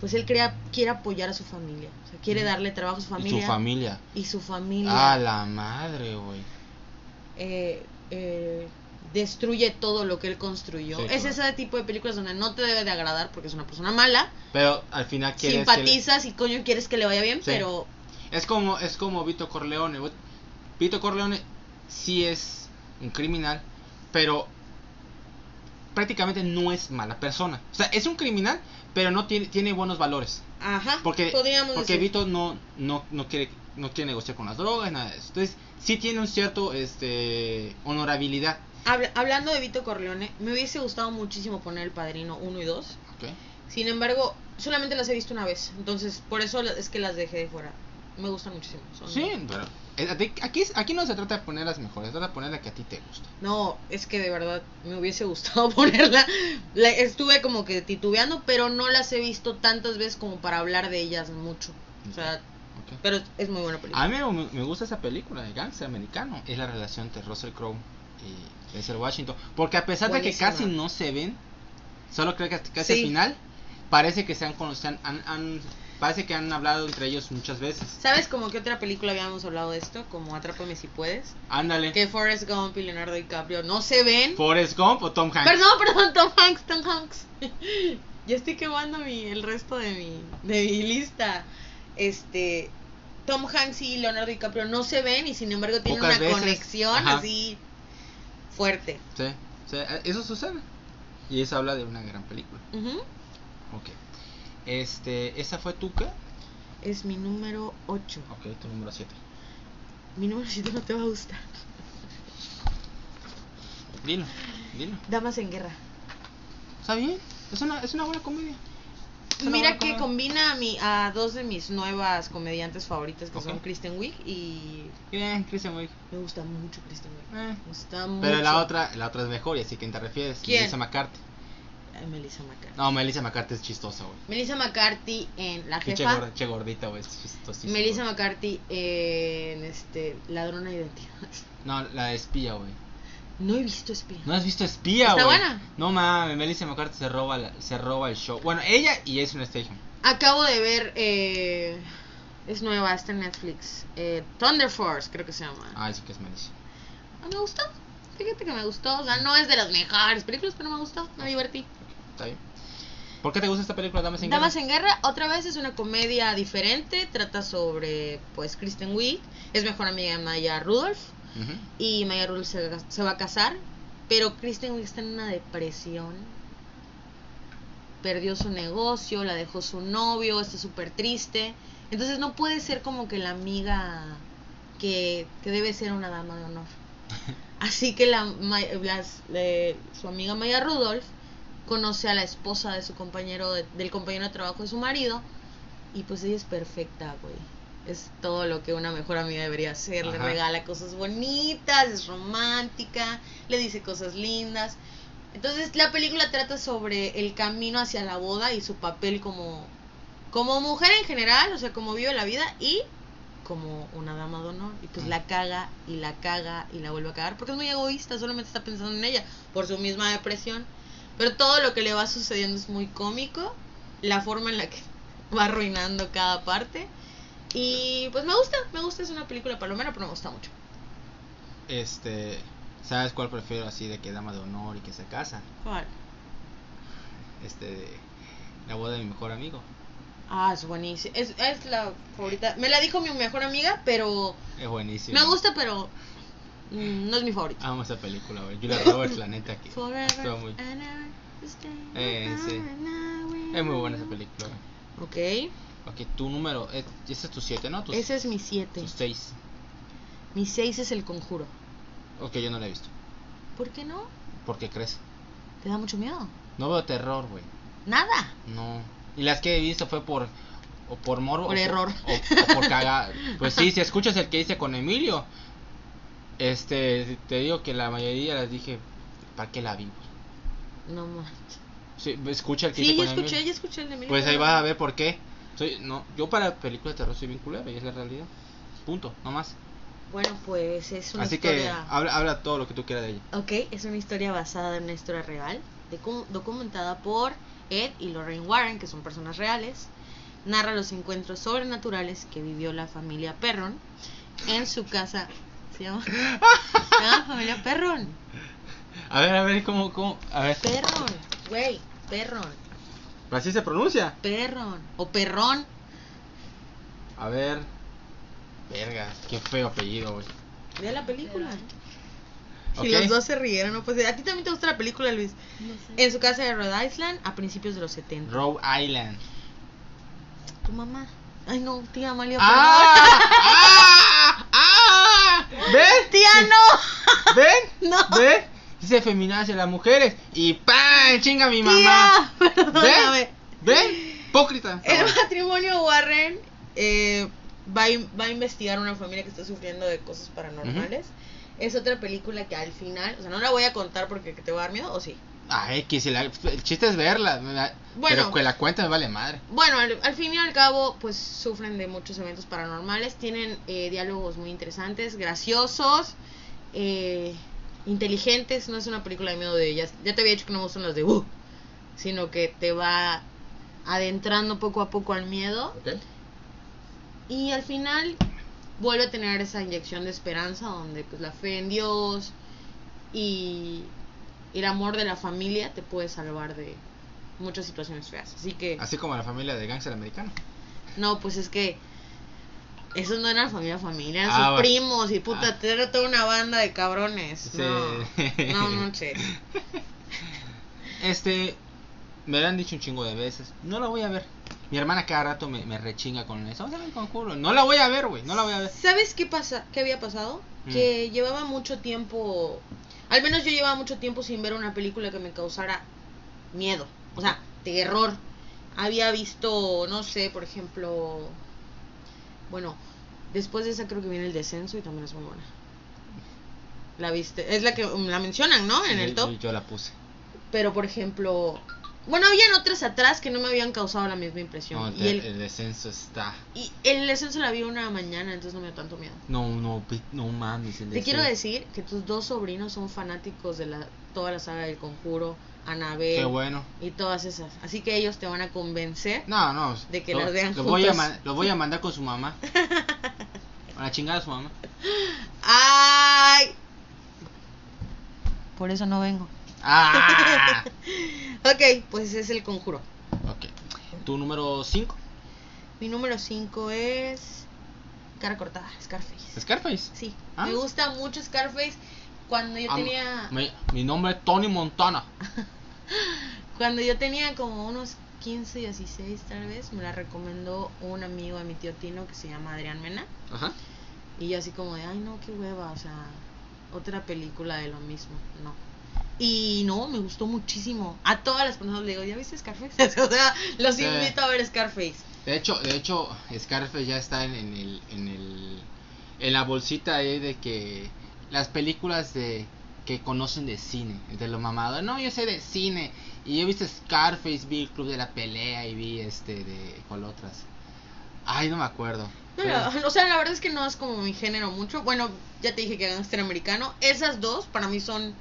pues él crea, quiere apoyar a su familia, o sea, quiere Ujú. darle trabajo a su familia Y su familia. y su familia, Ah, la madre, güey. eh, eh, destruye todo lo que él construyó. Sí, es claro. ese tipo de películas donde no te debe de agradar porque es una persona mala, Pero al final quieres que le- simpatizas y coño quieres que le vaya bien, Sí. pero Es como es como Vito Corleone. güey. Vito Corleone sí es un criminal, pero prácticamente no es mala persona. O sea, es un criminal, pero no tiene tiene buenos valores. Ajá, Porque, podríamos porque decir. Vito no, no, no quiere no quiere negociar con las drogas, nada de eso. Entonces, sí tiene un cierto este honorabilidad. Habla- hablando de Vito Corleone, me hubiese gustado muchísimo poner El Padrino 1 y 2. Sin embargo, solamente las he visto una vez, entonces por eso la- es que las dejé de fuera. Me gustan muchísimo. son- Sí, pero eh, a ti- aquí, aquí no se trata de poner las mejores, se trata de poner la que a ti te gusta. No, es que de verdad me hubiese gustado ponerla. La- estuve como que titubeando, pero no las he visto tantas veces como para hablar de ellas mucho. O sea, ¿ok? pero es muy buena película. A mí me- me gusta esa película de gangster americano, es la relación entre Russell Crowe y Denzel Washington, porque a pesar Buenísima. de que casi no se ven, solo creo que hasta- casi Sí. al final, parece que se han conocido, han, han- parece que han hablado entre ellos muchas veces. ¿Sabes como que otra película habíamos hablado de esto? Como Atrápame si puedes. Ándale, Que Forrest Gump y Leonardo DiCaprio no se ven. Forrest Gump o Tom Hanks. Perdón, perdón, Tom Hanks, Tom Hanks. Ya estoy quemando mi, el resto de mi, de mi lista. Este, Tom Hanks y Leonardo DiCaprio no se ven y sin embargo tienen Pocas una veces. conexión Ajá. así fuerte. Sí, sí, eh, eso sucede. Y eso habla de una gran película. Ujú. Ok. Este, ¿esa fue tu qué? Es mi número 8. Ok, tu número 7. Mi número 7 no te va a gustar. Dilo, dilo. Damas en Guerra. Está bien, es una, es una buena comedia. Es una Mira buena comedia. que combina a, mi, a dos de mis nuevas comediantes favoritas que Ok. son Kristen Wiig y Bien, Kristen Wiig. me gusta mucho Kristen Wiig. Eh. Me gusta Pero la mucho. otra, la otra es mejor, ¿y así quién te refieres? ¿Quién? Melissa McCarthy. Ay, Melissa McCarthy. No, Melissa McCarthy es chistosa, güey. Melissa McCarthy en La Pinche Jefa. gorda- che gordita, güey, es chistosísima. Melissa güey. McCarthy en este Ladrona de Identidades. No, la de espía, güey. No he visto espía. ¿No has visto espía, ¿Está güey? buena? No mames, Melissa McCarthy se roba, la- se roba el show. Bueno, ella y Jason Statham. Acabo de ver eh, es nueva, está en Netflix. Eh, Thunder Force, creo que se llama. Ay, sí que es Melissa. Ah, me gustó. Fíjate que me gustó. O sea, no es de las mejores películas, pero me gustó. Me divertí. Está bien. ¿Por qué te gusta esta película, Damas en Damas Guerra? en Guerra, otra vez es una comedia diferente. Trata sobre, pues, Kristen Wiig. Es mejor amiga de Maya Rudolph. Ujú. y Maya Rudolph se, se va a casar, pero Kristen Wiig está en una depresión. Perdió su negocio, la dejó su novio, está súper triste. Entonces no puede ser como que la amiga que, que debe ser una dama de honor. Así que la, Ma- las- eh, su amiga Maya Rudolph conoce a la esposa de su compañero, de- del compañero de trabajo de su marido, y pues ella es perfecta, güey. Es todo lo que una mejor amiga debería hacer. Le Ajá. regala cosas bonitas, es romántica, le dice cosas lindas. Entonces la película trata sobre el camino hacia la boda y su papel como, como mujer en general, o sea, como vive la vida y como una dama de honor. Y pues la caga y la caga y la vuelve a cagar porque es muy egoísta, solamente está pensando en ella por su misma depresión. Pero todo lo que le va sucediendo es muy cómico, la forma en la que va arruinando cada parte. Y pues me gusta, me gusta, es una película palomera, pero me gusta mucho. Este, ¿sabes cuál prefiero así de que Dama de Honor y que se casan? Este, la boda de mi mejor amigo. Ah, es buenísima. Es, es la favorita. Me la dijo mi mejor amiga, pero Es buenísimo. me gusta, pero mm, no es mi favorita. Amo esa película, güey. Julia Roberts, la neta, que Forever estuvo muy... and ever, you stay Eh, with sí. her and I Es muy will. buena esa película, güey. Ok, Ok, tu número, eh, ese es tu 7, ¿no? Tu, ese es mi 7. Tu 6. Mi 6 es el conjuro. Ok, yo no la he visto. ¿Por qué no? ¿Por qué crees? ¿Te da mucho miedo? No veo terror, güey. Nada. No. Y las que he visto fue por... O por morbo. Por o error. O, o por cagada. Pues sí, si escuchas el que hice con Emilio, este, te digo que la mayoría las dije, ¿para qué la vi? güey? No manches. Sí, escucha el que hice Sí, ya con escuché, Emilio. ya escuché el de Emilio Pues ahí Cantero. vas a ver por qué. Soy, no, yo para películas de terror soy bien culero y es la realidad. Punto, no más. Bueno, pues es una Así historia. que habla, habla todo lo que tú quieras de ella. Ok, es una historia basada en una historia real, docu- documentada por Ed y Lorraine Warren, que son personas reales. Narra los encuentros sobrenaturales que vivió la familia Perron en su casa. ¿Se llama? Se llama familia Perron. A ver, a ver, ¿cómo, cómo? A ver. Perron, güey, Perron, ¿Así se pronuncia? Perron. O Perrón. A ver. Verga, qué feo apellido, güey. Ve la película. Si Ok. los dos se rieron, no pues. A ti también te gusta la película, Luis. No eh. sé. En su casa de Rhode Island a principios de los 70. Rhode Island. Tu mamá. Ay, no, tía Amalia. ¡Ah! ¡Ah! ¡Ah! perdón. ¿Ven? ¡Tía, no! ¿Ven? No. ¿Ven? Dice feminacia las mujeres. Y ¡pam! ¡Chinga mi mamá! ¡Tía! Perdóname. ¿Ven? ¿Ven? Hipócrita. El matrimonio Warren eh, va a, in- va a investigar una familia que está sufriendo de cosas paranormales. Es otra película que al final, o sea, no la voy a contar porque te va a dar miedo, o sí. Ay, que si la- el chiste es verla. me da- Bueno. Pero que la cuenta me vale madre. Bueno, al, al fin y al cabo, pues sufren de muchos eventos paranormales, tienen eh, diálogos muy interesantes, graciosos, eh, inteligentes, no es una película de miedo de ellas. Ya te había dicho que no me gustan las de "Uh", sino que te va adentrando poco a poco al miedo y al final vuelve a tener esa inyección de esperanza donde pues la fe en Dios y el amor de la familia te puede salvar de muchas situaciones feas. Así que Así como la familia de Gangster Americano. no, pues es que esos no eran familia, familia, eran Ah, sus bueno. primos y puta, Ah. era toda una banda de cabrones. Sí. No, no manches. Este, me lo han dicho un chingo de veces. No la voy a ver. Mi hermana cada rato me, me rechinga con eso. Vamos a ver el conjuro. No la voy a ver, güey. No la voy a ver. ¿Sabes qué pasa? ¿Qué había pasado? Mm. Que llevaba mucho tiempo, al menos yo llevaba mucho tiempo sin ver una película que me causara miedo, o sea, terror. Había visto, no sé, por ejemplo, bueno, después de esa creo que viene el descenso y también es muy buena. La viste, es la que mm, la mencionan, ¿no? En el Y- top. y Yo la puse. Pero por ejemplo, bueno, habían otras atrás que no me habían causado la misma No, impresión. y, te- eh, el, el descenso está. y el descenso la vi una mañana, entonces no me dio tanto miedo. No, no, pi- no mames. el Te quiero descenso. decir que tus dos sobrinos son fanáticos de la, toda la saga del conjuro, Anabel Qué bueno. y todas esas. Así que ellos te van a convencer. No, no. De que lo- las vean lo voy, a juntos. ma- lo voy a mandar con su mamá. A la chingada de su mamá. ¡Ay! Por eso no vengo. Ah. Ok, pues ese es el conjuro. Ok. Tu número 5. Mi número 5 es. Cara cortada, Scarface. Scarface. Sí, Ah. me gusta mucho Scarface. Cuando yo Am- tenía. mi, mi nombre es Tony Montana. Cuando yo tenía como unos 15, 16 tal vez, me la recomendó un amigo de mi tío Tino que se llama Adrián Mena. Ajá. Y yo así como de, ay no, qué hueva, o sea, otra película de lo mismo, no. Y no, me gustó muchísimo. A todas las personas le digo, ¿ya viste Scarface? o sea, los Sí. invito a ver Scarface. De hecho, de hecho, Scarface ya está en, en el, en el, en la bolsita ahí de que las películas de que conocen de cine, de lo mamado. No, yo sé de cine y he visto Scarface, vi el Club de la Pelea y vi este de cuál otras. Ay, no me acuerdo. No, Pero- la- o sea, la verdad es que no es como mi género mucho. Bueno, ya te dije que Gangster Americano. Esas dos para mí son...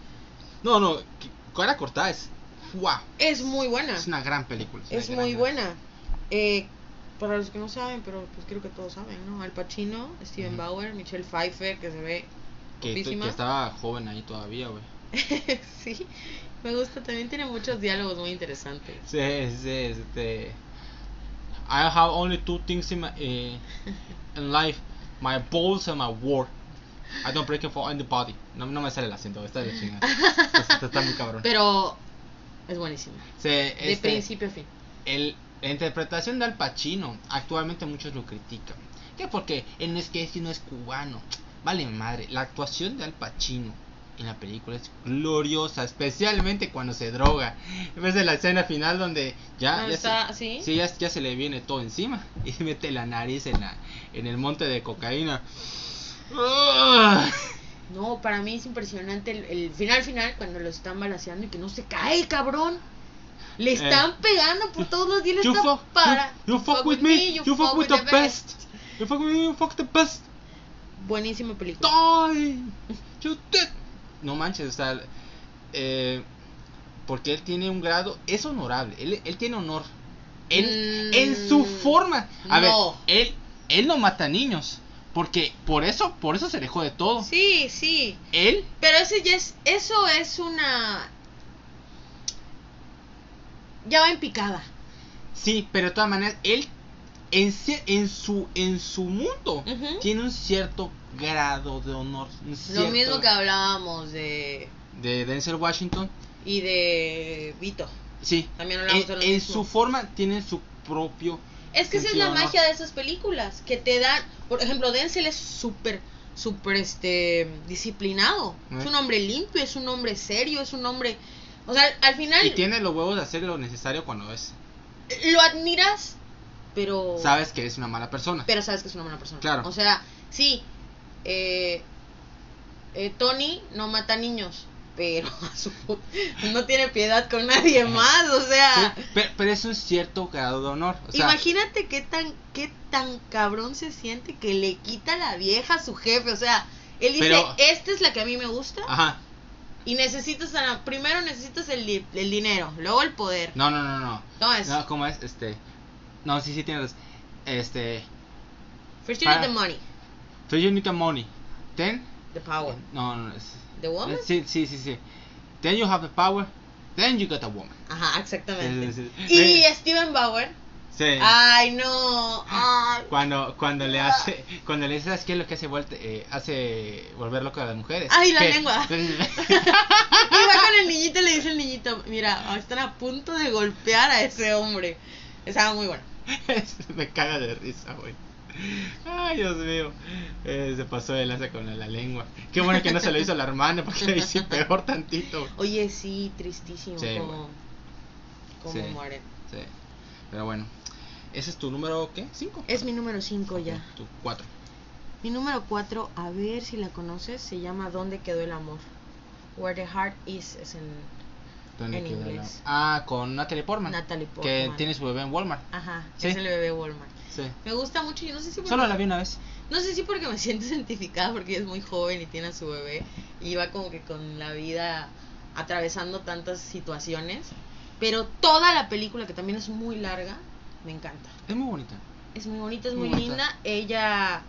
no, no, que- Cara Cortada es, wow, Es muy buena. es una gran película. una Ah. Es gran, muy gran- buena. Eh, para los que no saben, pero pues creo que todos saben, ¿no? Al Pacino, Steven Ujú. Bauer, Michelle Pfeiffer, que se ve Que, guapísima. que estaba joven ahí todavía, güey. sí, me gusta. También tiene muchos diálogos muy interesantes. Sí, sí, este. I have only two things in, my, eh, in life: my balls and my word. I don't break it for anybody. No, no me sale el acento, esta es la chingada. Está, está muy cabrón. Pero es buenísima. Sí, De este, principio a fin. el- la interpretación de Al Pacino, actualmente muchos lo critican. ¿Qué? Porque él no es que es, no es cubano. Vale madre, la actuación de Al Pacino en la película es gloriosa, especialmente cuando se droga. Ves de la escena final donde ya, Ah, ya se- está, ¿sí? Sí, ya, ya se le viene todo encima y mete la nariz en, la, en el monte de cocaína. ¡Ugh! No, para mí es impresionante el, el final final cuando lo están balaseando y que no se cae el cabrón. Le Eh. están pegando por todos los días. le You está fuck, para. you, you fuck with me, you, fuck, with the best. You fuck with me, you fuck the best. Buenísima película. Die. You did. No manches, o sea, eh, porque él tiene un grado, es honorable, él, él tiene honor. En, Mm, en su forma. A no. ver, él, él no mata niños. Porque por eso, por eso se alejó de todo. Sí, sí. Él Pero ese ya es, eso es una... Ya va en picada. Sí, pero de todas maneras, él en, cier- en su en su mundo Ujú. tiene un cierto grado de honor. un Lo cierto- mismo que hablábamos de... de Denzel Washington. Y de Vito. Sí. También en, hablamos de lo Eh, en mismo. su forma tiene su propio. Es que esa es sentido la de honor. magia de esas películas. Que te dan... Por ejemplo, Denzel es súper, súper este, disciplinado. Eh. Es un hombre limpio, es un hombre serio, es un hombre... O sea, al final Y tiene los huevos de hacer lo necesario cuando es. lo admiras pero... Sabes que es una mala persona. Oh. Pero sabes que es una buena persona. Claro. O sea, sí, eh, eh, Tony no mata niños, pero a su put- no tiene piedad con nadie más, o sea... Sí, pero, pero es un cierto grado de honor. O sea, Imagínate qué tan, qué tan cabrón se siente que le quita la vieja a su jefe. O sea, él dice, Pero- Ah. esta es la que a mí me gusta Ajá. y necesitas, a- primero necesitas el, di- el dinero, luego el poder. No, No, no, no, no. es, No, ¿cómo es? Este. No, sí, sí, tienes. Este. first you need para- the money, So you need the money. Then. the power, No, no, no, es. the Oh. woman. Sí, sí, sí, sí. Then you have the power. Then you got a woman. Ajá, exactamente. Sí, sí, sí. Y Ve- Steven Bauer, Sí. ay no, ay, Cuando, cuando le hace, cuando le dices, ¿sabes qué es lo que hace, volte- eh, hace volver loco a las mujeres? Ay, la Que- lengua. Y va con el niñito y le dice el niñito, mira, están a punto de golpear a ese hombre. Estaba muy bueno. Me caga de risa, güey. Ay, Dios mío. Eh, se pasó de lanza con la lengua. Qué bueno que no se lo hizo la hermana, porque le hice peor tantito. Oye, sí, tristísimo. Sí, como güey. como Sí. mueren. Sí. Pero bueno. ¿Ese es tu número qué? ¿Cinco? Es mi número 5 ya. Tu cuatro. Mi número 4, a ver si la conoces, se llama ¿Dónde quedó el amor? Where the heart is, es en ¿Dónde En quedó la- inglés. Ah, con Natalie Portman. Natalie Que Portman. tiene su bebé en Walmart. Ajá, Sí. es el bebé Walmart. Sí. Me gusta mucho, yo no sé si porque, Solo la vi una vez. no sé si porque me siento identificada porque ella es muy joven y tiene a su bebé y va como que con la vida atravesando tantas situaciones, pero toda la película que también es muy larga, me encanta. Es muy bonita. Es muy bonita, es Muy muy, bonita. linda. Ella,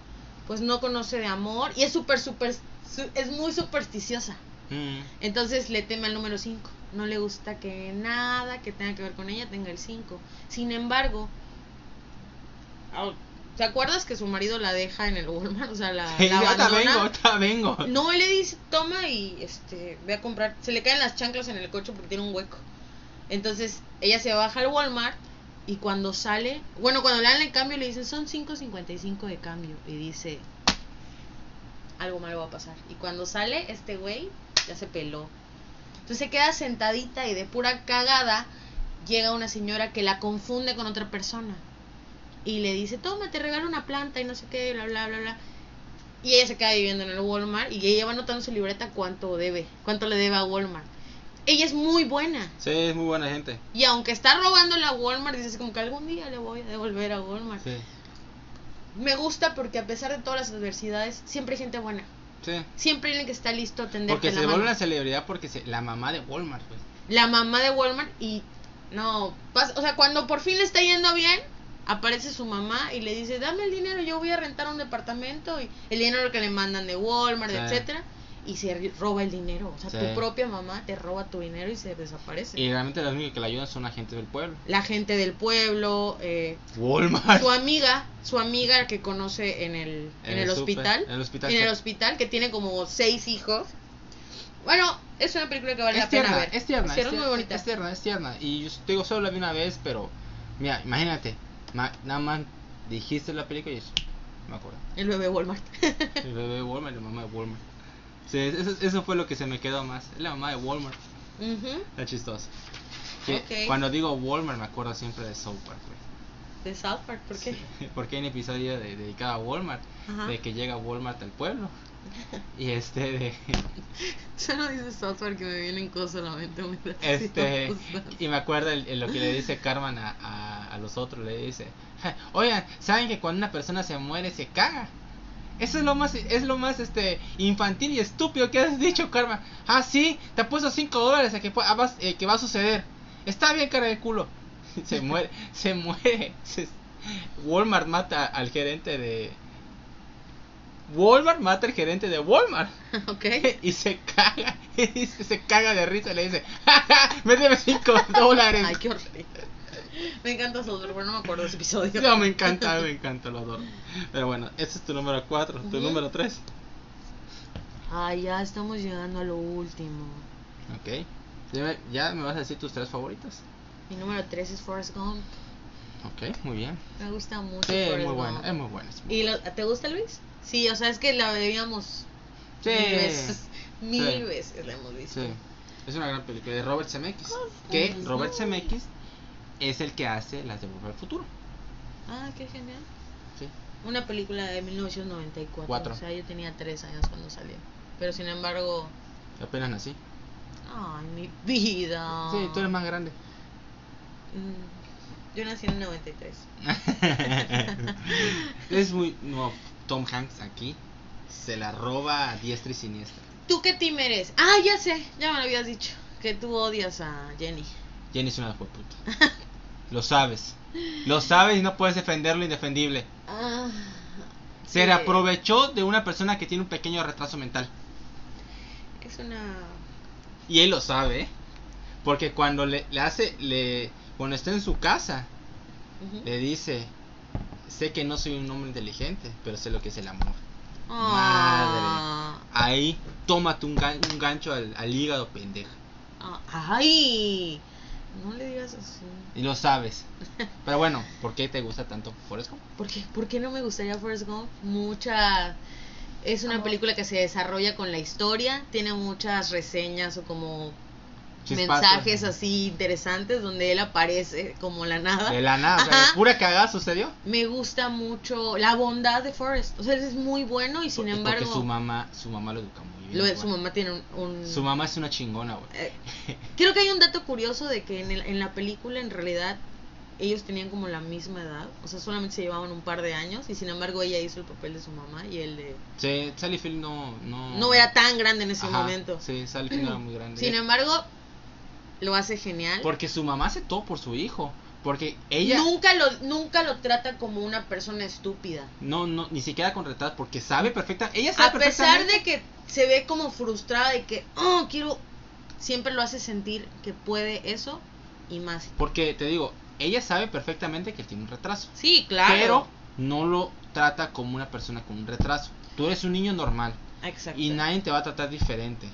pues no conoce de amor y es súper, súper, su- es muy supersticiosa. Mm. Entonces le teme al número 5. No le gusta que nada que tenga que ver con ella tenga el 5. Sin embargo, au- ¿te acuerdas que su marido la deja en el Walmart? O sea, la, Sí, la ahorita abandona. vengo, ahorita vengo. No, él le dice, toma y este, ve a comprar. Se le caen las chanclas en el coche porque tiene un hueco. Entonces ella se baja al Walmart y cuando sale, bueno, cuando le dan el cambio le dicen, son 5.55 de cambio. Y dice, algo malo va a pasar. Y cuando sale, este güey ya se peló. Entonces se queda sentadita y de pura cagada llega una señora que la confunde con otra persona. Y le dice, toma, te regalo una planta y no sé qué, bla, bla, bla, bla. Y ella se queda viviendo en el Walmart y ella va anotando en su libreta cuánto debe, cuánto le debe a Walmart. Ella es muy buena. Sí, es muy buena gente. Y aunque está robándole a Walmart, dices como que algún día le voy a devolver a Walmart. Sí. Me gusta porque a pesar de todas las adversidades, siempre hay gente buena. Sí. Siempre alguien que está listo a atender Porque se vuelve una celebridad porque se- la mamá de Walmart, pues. güey. la mamá de Walmart y no, pas- o sea, cuando por fin le está yendo bien, aparece su mamá y le dice, dame el dinero, yo voy a rentar un departamento y el dinero que le mandan de Walmart, Sí. etcétera, y se ri- roba el dinero, o sea, Sí. tu propia mamá te roba tu dinero y se desaparece. Y realmente los únicos que la ayudan son la gente del pueblo. La gente del pueblo, eh, Walmart. su amiga, su amiga que conoce en el, en En el el súper, hospital, en el hospital en que- el hospital, que tiene como seis hijos. Bueno, es una película que vale es la pena tierna, ver. es tierna, Sí, es es muy tier- bonita. es tierna, es tierna. Y yo te digo, solo la vi una vez, pero mira, imagínate, ma- nada más dijiste la película y yo, me acuerdo. El bebé Walmart. El bebé de Walmart, la mamá de Walmart. Sí, eso, eso fue lo que se me quedó más. Es la mamá de Walmart, Ujú. la chistosa. Que Ok. Cuando digo Walmart me acuerdo siempre de South Park, güey. De South Park, ¿por qué? Sí, porque hay un episodio de- dedicado a Walmart, Ajá. de que llega Walmart al pueblo. Y este de, Solo dices South Park que me vienen cosas a la mente muy graciosas. este pues, y me acuerdo el- el lo que le dice Carmen a, a, a los otros, le dice, "Ja, oigan, saben que cuando una persona se muere se caga. Eso es lo más, es lo más este infantil y estúpido que has dicho, Karma. Ah, sí, te puesto 5 dólares a que, pu- a vas- eh, que va a suceder. Está bien, cara de culo. Se muere, se muere. Se- Walmart mata al gerente de. Walmart mata al gerente de Walmart. ok. Y se caga, y dice- se caga de risa y le dice, ¡Ja, ja, méteme 5 dólares. Ay, qué horrible. Me encanta South Park, pero no me acuerdo de ese episodio. No, me encanta, me encanta, lo adoro. Pero bueno, ese es tu número 4, tu Ujú. número 3. Ay, ya estamos llegando a lo último. Ok. Ya me, ya me vas a decir tus tres favoritas. Mi número 3 es Forrest Gump. Ok, muy bien. Me gusta mucho Sí, es Forrest muy Gump. bueno, es muy bueno. es muy- pues, ¿Y lo- te gusta Luis? Sí, o sea, es que la debíamos Sí. mil veces. Mil Sí. veces la hemos visto. Sí, es una gran película de Robert Oh, Zemeckis. Que Robert Zemeckis es el que hace las de Volver al Futuro. Ah, qué genial. Sí. Una película de 1994. Cuatro. O sea, yo tenía tres años cuando salió. Pero sin embargo, Apenas nací. ay, mi vida. Sí, tú eres más grande. Mm, Yo nací en el 93. es muy. No, Tom Hanks aquí se la roba a diestra y siniestra. ¿Tú qué team eres? Ah, ya sé, ya me lo habías dicho. Que tú odias a Jenny. Jenny es una puta. Lo sabes. Lo sabes y no puedes defender lo indefendible. Ah, Se sí. aprovechó de una persona que tiene un pequeño retraso mental. Es una. Y él lo sabe, ¿eh? Porque cuando le, le hace, le, cuando está en su casa, Ujú. le dice, sé que no soy un hombre inteligente, pero sé lo que es el amor. Ah, Ahí, tómate un, gan- un gancho al, al hígado, pendeja. ah, ay, no le digas así. Y lo sabes. Pero bueno, ¿por qué te gusta tanto Forrest Gump? ¿Por qué, por qué no me gustaría Forrest Gump? Mucha. Es una Amor. película que se desarrolla con la historia, tiene muchas reseñas o como Chispazos. mensajes así interesantes donde él aparece como la nada. De la nada, o sea, de Ajá. pura cagada sucedió. Me gusta mucho la bondad de Forrest. O sea, él es muy bueno y sin Porque- embargo, Porque su mamá, su mamá lo educa muy bien. lo- güey. su mamá tiene un. un- Su mamá es una chingona, güey. eh, creo que hay un dato curioso de que en, el- en la película en realidad ellos tenían como la misma edad. O sea, solamente se llevaban un par de años y sin embargo ella hizo el papel de su mamá y él de. Sí, Sally Field no, no... no era tan grande en ese Ajá, momento. Sí, Sally Field no era muy grande. Sin embargo, lo hace genial. Porque su mamá hace todo por su hijo. Porque ella Nunca lo nunca lo trata como una persona estúpida. no, no, ni siquiera con retraso porque sabe perfecta. Ella sabe A pesar perfectamente- de que se ve como frustrada de que, oh, quiero, siempre lo hace sentir que puede eso y más. Porque te digo, ella sabe perfectamente que tiene un retraso. Sí, claro. Pero no lo trata como una persona con un retraso. Tú eres un niño normal Exacto. y nadie te va a tratar diferente.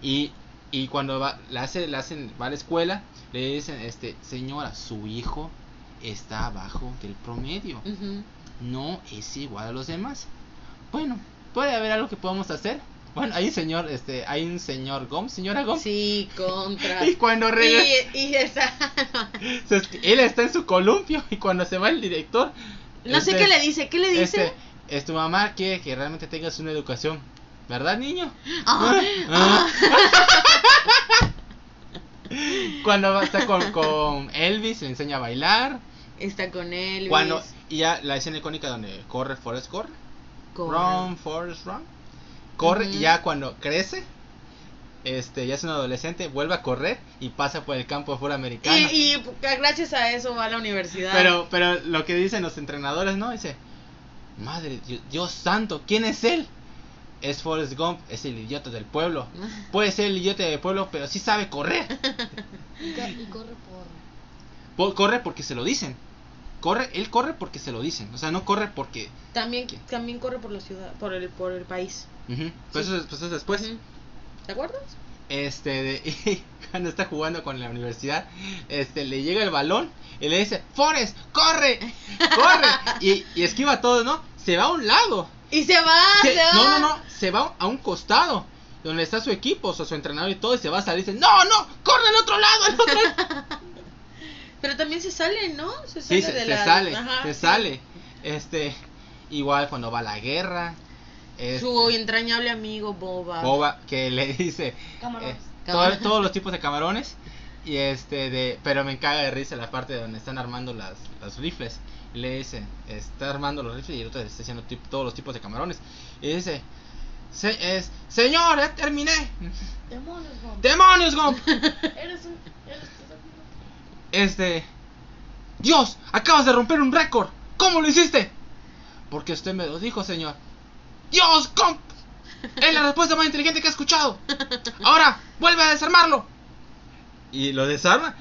Y, y cuando va, la hace, la hacen, va a la escuela, le dicen, este, señora, su hijo está abajo del promedio. Ujú. no es igual a los demás. Bueno, puede haber algo que podamos hacer. Bueno, hay un señor, este, hay un señor Gomes, señora Gomes. Sí, contra. Y cuando regresa, y, y esa- se es- él está en su columpio y cuando se va el director, No sé Este- qué le dice, ¿qué le dice? este, es tu mamá quiere que realmente tengas una educación, ¿verdad, niño? Ah, Ah. cuando va- está con, con Elvis, le enseña a bailar. está con él. Cuando y ya la escena icónica donde corre Forrest corre. Run, Forrest, run. Corre y Ujú. ya cuando crece, este, ya es un adolescente, vuelve a correr y pasa por el campo de fútbol americano. Y, y gracias a eso va a la universidad. Ah, Pero, pero lo que dicen los entrenadores, ¿no? Dice, madre, Dios, Dios santo, ¿quién es él? Es Forrest Gump, es el idiota del pueblo. Ah, Puede ser el idiota del pueblo, pero sí sabe correr. Y, ca- y corre por. Po- Corre porque se lo dicen. Corre, él corre porque se lo dicen. O sea, no corre porque... También, también corre por la ciudad, por el, por el país. Ujú, pues Sí. eso es- pues eso es después. Ujú. ¿Te acuerdas? este de, y cuando está jugando con la universidad este le llega el balón y le dice Forrest corre corre y, y esquiva todo no se va a un lado Y se va, Se- Ah, se no va. no no se va a un costado donde está su equipo o sea, su entrenador y todo y se va a salir y dice no no corre al otro lado al otro lado". Pero también se sale, ¿no? Se sí sale se, de se la- sale ajá, se sí. sale este igual cuando va a la guerra este, Su entrañable amigo Boba. Boba que le dice Camarones. eh, todo- todos los tipos de camarones y este de pero me caga de risa la parte donde están armando las los rifles y le dice está armando los rifles y el otro le está diciendo tip- todos los tipos de camarones y dice "Se- es, señor ya terminé Demonios, Gump. demonios Gump Eres un. Eres un- este Dios acabas de romper un récord cómo lo hiciste porque usted me lo dijo señor Dios Gump es la respuesta más inteligente que he escuchado Ahora, vuelve a desarmarlo. Y lo desarma.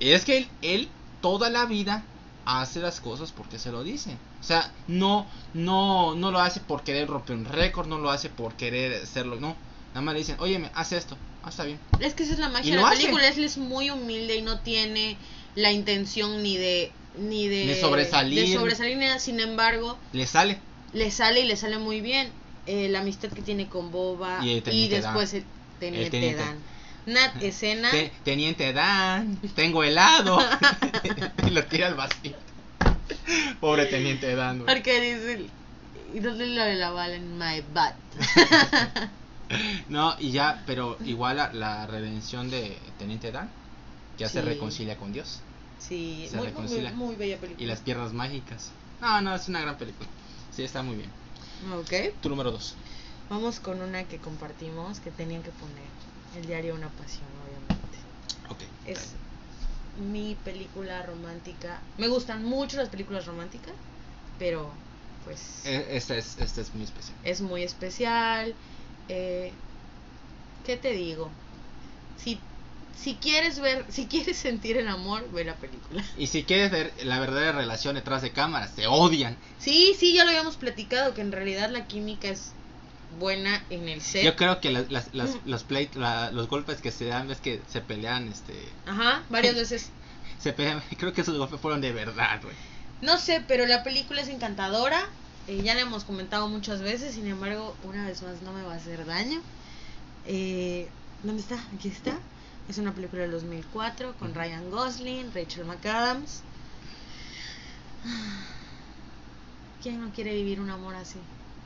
Y es que él, él toda la vida hace las cosas porque se lo dicen. O sea, no, no, no lo hace por querer romper un récord, no lo hace por querer hacerlo, no. Nada más le dicen, oye, haz esto, ah, está bien. Es que esa es la magia Y de lo la hace. película. Él es muy humilde y no tiene la intención ni de. Ni de, De sobresalir. de sobresalir ni nada. Sin embargo, Le sale. le sale y le sale muy bien. Eh, la amistad que tiene con Boba. Y el teniente después Dan. el teniente, El teniente. Dan. Una escena. Te- teniente Dan, tengo helado. y lo tira al vacío. Pobre teniente Dan, güey. Porque dice. Y dónde lo de la bala en my butt. No, y ya, pero igual la, la redención de Teniente Dan ya se Sí. reconcilia con Dios Sí, Se muy, reconcilia. muy, muy bella y película. las piernas mágicas. No, no, es una gran película. Sí, está muy bien. Ok. Tu número 2. Vamos con una que compartimos que tenían que poner. El diario Una Pasión, obviamente. Ok. Es mi película romántica. Me gustan mucho las películas románticas, pero pues E- Esta es, esta es muy especial. es muy especial. eh, ¿Qué te digo? Si, si quieres ver, si quieres sentir el amor, ve la película. Y si quieres ver la verdadera relación detrás de cámaras, se odian. Sí, sí, ya lo habíamos platicado, que en realidad la química es buena en el set. Yo creo que las, las- las- Mm. los, pleit- la- los golpes que se dan es que se pelean, este... Ajá, varias veces. Se pelean, creo que esos golpes fueron de verdad, güey. No sé, pero la película es encantadora. eh, ya la hemos comentado muchas veces, sin embargo, una vez más no me va a hacer daño. Eh, ¿Dónde está? Aquí está. Es una película del 2004 con Ujú. Ryan Gosling, Rachel McAdams. ¿Quién no quiere vivir un amor así?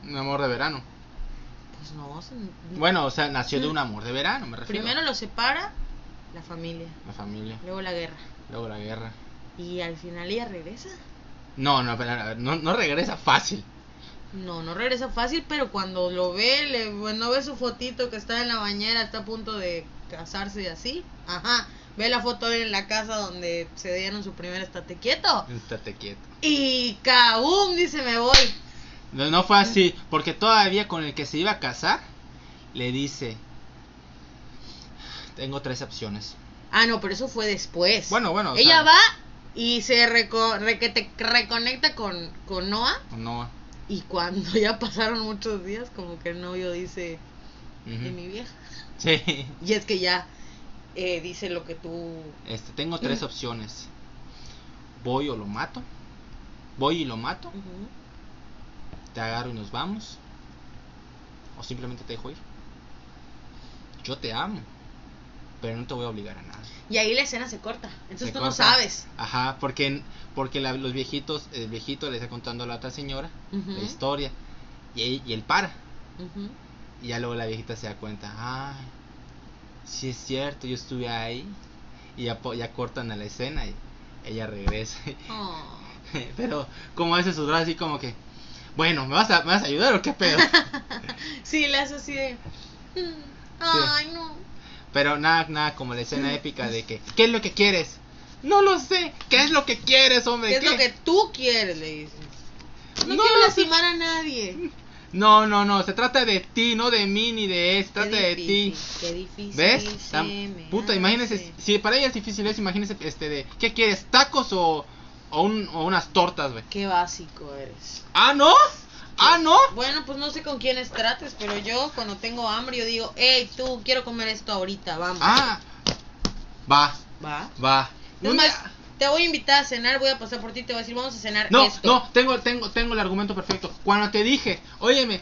Un amor de verano. Pues no. son- Bueno, o sea, nació de un amor de verano, me refiero. primero lo separa la familia, La familia, luego la guerra. luego la guerra. Y al final ella regresa. No, no, pero, a ver, no, no regresa fácil. No, no regresa fácil, pero cuando lo ve, le, cuando ve su fotito que está en la bañera, está a punto de casarse y así, ajá, ve la foto de él en la casa donde se dieron su primer estate quieto. Estate quieto. Y cabum, dice, me voy. No, no fue así, porque todavía con el que se iba a casar, le dice... Tengo tres opciones. Ah, no, pero eso fue después. Bueno, bueno, o sea- Ella va y se reco- requete- reconecta con, con Noah No. y cuando ya pasaron muchos días, como que el novio dice, de mi vieja. Sí. Y es que ya eh, dice lo que tú... Este, tengo tres opciones. Voy o lo mato. Voy y lo mato. Ujú. Te agarro y nos vamos. O simplemente te dejo ir. Yo te amo. Pero no te voy a obligar a nada. Y ahí la escena se corta. Entonces Me tú no corta. sabes. Ajá, porque, porque la- los viejitos, el viejito le está contando a la otra señora la Ujú. historia. Y, él- y él para. Ujú. Y ya luego la viejita se da cuenta. Ay, sí es cierto, yo estuve ahí. Y ya, po- ya cortan a la escena y ella regresa. Oh. Pero como hace su rostro así como que, bueno, ¿me vas a, me vas a ayudar o qué pedo? Sí, la hace así de. "Mm, Ay, no. Pero nada, nada, como la escena épica de que, ¿qué es lo que quieres? No lo sé, ¿qué es lo que quieres, hombre? ¿Qué es lo que tú quieres? Le dice. No, No, quiero no sé. lastimar a nadie. No, no, no, se trata de ti, no de mí ni de él, se trata de ti. Qué difícil. ¿Ves? se Tam- me puta, hace. imagínense, si para ella es difícil eso, imagínense este de, ¿qué quieres? ¿Tacos o, o, un- o unas tortas, güey? Qué básico eres. Ah, no, ah, no. Bueno, pues no sé con quiénes trates, pero yo cuando tengo hambre, yo digo, hey, tú, quiero comer esto ahorita, vamos. Ah, va, Va. va. Es Un más, día- te voy a invitar a cenar, voy a pasar por ti y te voy a decir, vamos a cenar No, esto. no, tengo, tengo, tengo el argumento perfecto. Cuando te dije, óyeme,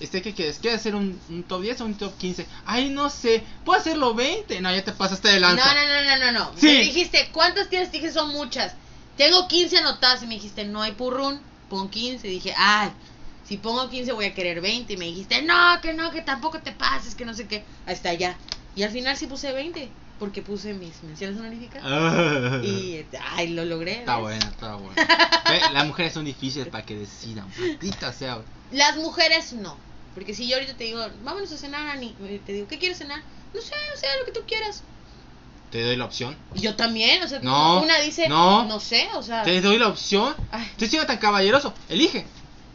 este, ¿qué quieres? ¿Quieres hacer un, un top 10 o un top 15? Ay, no sé, ¿puedo hacerlo 20? No, ya te pasaste de No, lanza. no, no, no, no, no. Sí. Me dijiste, ¿cuántas tienes? Te dije, son muchas. Tengo 15 anotadas y me dijiste, no hay purrún, pon 15. Y dije, ay, si pongo 15 voy a querer 20. Y me dijiste, no, que no, que tampoco te pases, que no sé qué. Hasta allá. Y al final sí puse 20, porque puse mis menciones honoríficas. Ah. Y, eh, ay, lo logré. Está ¿ves? buena, está buena. Ve, Las mujeres son difíciles para que decidan, maldita sea. güey. Las mujeres no. Porque si yo ahorita te digo, vámonos a cenar, Ani, y te digo, ¿qué quieres cenar? No sé, no sé, lo que tú quieras. Te doy la opción. Y yo también, o sea, No, una dice, no. no sé, o sea. Te doy la opción. Ay. Estoy siendo tan caballeroso. Elige.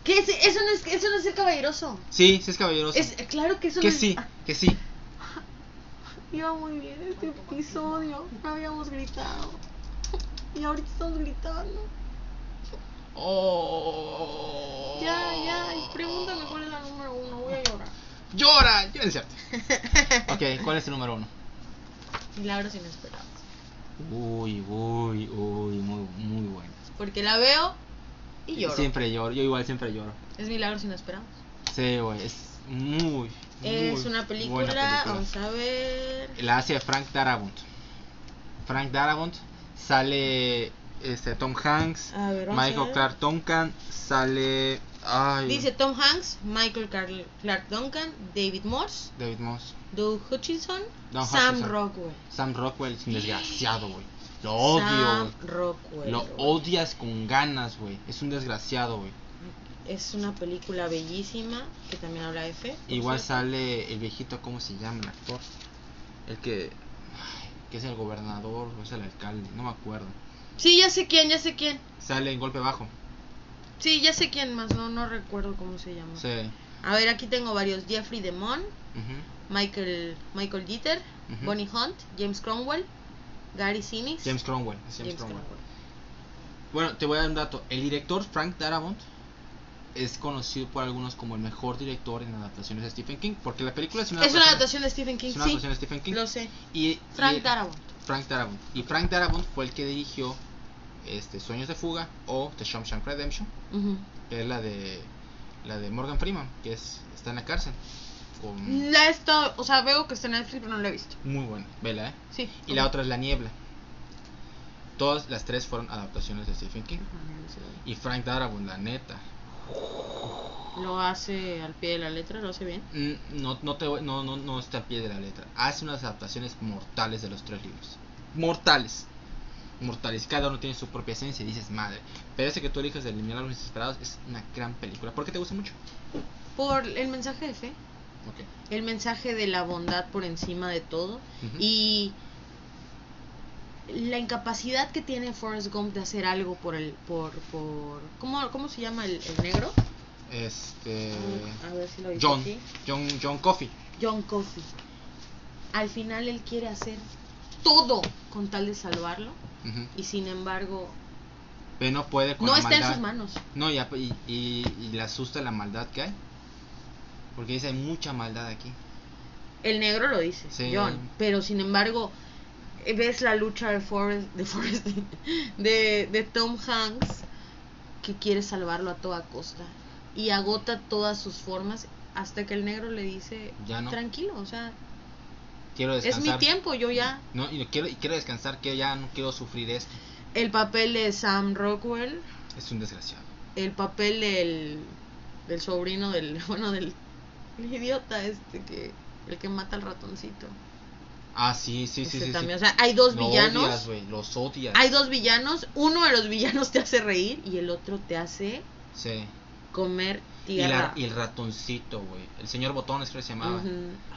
¿Qué es? Eso no es, eso no es ser caballeroso. Sí, sí es caballeroso. Es, claro que eso que no es- sí, Ah, que sí. Iba muy bien este episodio. No habíamos gritado. Y ahorita estamos gritando. Oh. Ya, ya. y Pregúntame cuál es la número uno. Voy a llorar. Llora. Yo Ok, ¿cuál es el número uno? Milagros inesperados. Uy, uy, uy, muy, muy bueno. Porque la veo y lloro. Siempre lloro, yo igual siempre lloro. Es Milagros inesperados. Sí, güey, es muy. es muy una película, buena película. Vamos a ver. La hace Frank Darabont. Frank Darabont sale este, Tom Hanks, A ver, vamos a Michael ver. Clark Duncan, sale... Ay, Dice Tom Hanks, Michael Car- Clark Duncan, David Morse, David Moss. Doug Hutchinson, Don Sam Hutchinson. Rockwell. Sam Rockwell es un desgraciado, güey. Lo odio. Sam Rockwell. Lo güey. odias con ganas, güey. Es un desgraciado, güey. Es una película bellísima que también habla de fe. por Igual cierto. sale el viejito, ¿cómo se llama el actor? El que... ay, que es el gobernador o es el alcalde, no me acuerdo. Sí, ya sé quién, ya sé quién. Sale en golpe bajo. Sí, ya sé quién más, no, no recuerdo cómo se llama. Sí. A ver, aquí tengo varios. Jeffrey Demon, Ujú. Michael, Michael Dieter, Ujú. Bonnie Hunt, James Cromwell, Gary Sinise. James Cromwell. es James James Cromwell. Cromwell. Bueno, te voy a dar un dato. El director Frank Darabont es conocido por algunos como el mejor director en adaptaciones de Stephen King, porque la película es una Es una adaptación de Stephen King, es una sí. adaptación de Stephen King. Lo sé. Y, Frank y- Darabont. Frank Darabont. Y Frank Darabont fue el que dirigió este Sueños de fuga o The Shawshank Redemption, Ujú. que es la de la de Morgan Freeman, que es está en la cárcel. Con- La he estado- o sea, veo que está en Netflix, pero no la he visto. Muy buena, vela, ¿eh? Sí. Y la otra es La niebla. Todas las tres fueron adaptaciones de Stephen King. Ah, Y Frank Darabont, la neta. Lo hace al pie de la letra, lo hace bien. Mm, No, no, te voy- no, no, no está al pie de la letra. Hace unas adaptaciones mortales de los tres libros. Mortales. Mortales. Cada uno tiene su propia esencia y dices, madre. Pero ese que tú eliges de eliminar a los desesperados es una gran película. ¿Por qué te gusta mucho? Por el mensaje de fe, Ok. el mensaje de la bondad por encima de todo Ujú. y la incapacidad que tiene Forrest Gump de hacer algo por el por por ¿cómo, cómo se llama el, el negro? Este. A ver si lo dice John. aquí. John, John Coffey. John Coffey. Al final él quiere hacer todo con tal de salvarlo Ujú. y sin embargo Pero no puede con no la está en maldad. sus manos. No, y, ap- y, y- y le asusta la maldad que hay. Porque dice, hay mucha maldad aquí. El negro lo dice, Sí. John. Pero sin embargo, eh, ves la lucha de Forrest, de, Forrest- de, de Tom Hanks, que quiere salvarlo a toda costa. Y agota todas sus formas hasta que el negro le dice, Ya no. tranquilo, o sea, Quiero es descansar. mi tiempo, yo ya. No, y quiero, y quiero descansar, que ya no quiero sufrir esto. El papel de Sam Rockwell, Es un desgraciado. el papel del, del sobrino del, bueno, del el idiota este que, el que mata al ratoncito. Ah, sí, sí, sí, Ese sí. Este también, sí. o sea, hay dos Lo villanos. odias, güey, los odias. Hay dos villanos, uno de los villanos te hace reír y el otro te hace Sí. comer Y, la- tierra. y el ratoncito, güey. El señor Botones creo que se llamaba. Ujú.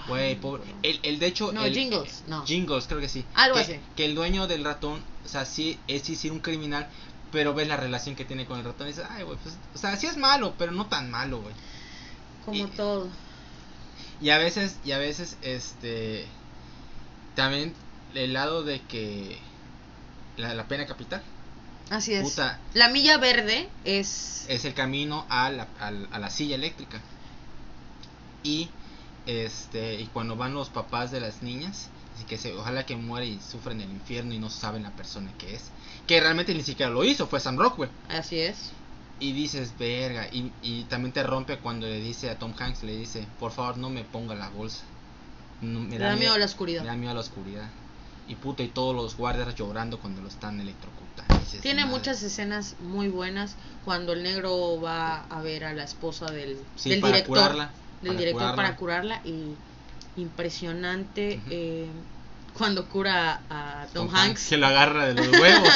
Güey, pobre. El, el, de hecho, No, el, Jingles, no. Jingles, creo que sí. Algo que, así. Que el dueño del ratón, o sea, sí es sí, sí, un criminal, pero ves la relación que tiene con el ratón y dices, ay, güey, pues, o sea, sí es malo, pero no tan malo, güey. Como y- todo. Y a veces, y a veces, este, también el lado de que la, la pena capital Así es. Puta. La milla verde es... es el camino a la, al- a la silla eléctrica. Y, este, y cuando van los papás de las niñas, así que se, ojalá que muera y sufren el infierno y no saben la persona que es. Que realmente ni siquiera lo hizo, fue Sam Rockwell. Así es. Y dices, verga. Y, y también te rompe cuando le dice a Tom Hanks, le dice, por favor no me ponga la bolsa. No, me Le da miedo a la oscuridad. Me da miedo a la oscuridad. Y puta, y todos los guardias llorando cuando lo están electrocutando. Dices, Tiene "Madre". muchas escenas muy buenas cuando el negro va a ver a la esposa del, Sí, del para director. curarla, del para director curarla. para curarla y impresionante Ujú. eh, cuando cura a Tom, Hanks. Se lo agarra de los huevos.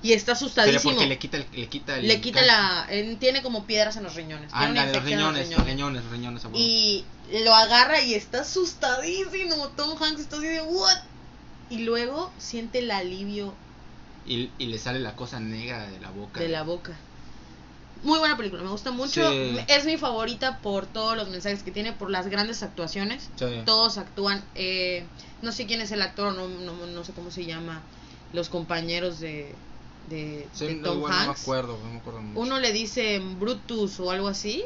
Y está Pero asustadísimo. porque le quita, el- le quita, el Le quita cáncer. la. él tiene como piedras en los riñones. tiene una Ándale, los infección en riñones, los riñones, los riñones, a huevo. Y lo agarra y está asustadísimo. Tom Hanks está así de ¿What? Y luego siente el alivio Y, y le sale la cosa negra de la boca. de la boca. Muy buena película, me gusta mucho. Sí. Es mi favorita por todos los mensajes que tiene, por las grandes actuaciones. Sí. Todos actúan. eh, no sé quién es el actor, no, no, no sé cómo se llama. Los compañeros de, de, Sí, de no, Tom bueno, no me Hanks. acuerdo, no me acuerdo mucho. Uno le dice Brutus o algo así.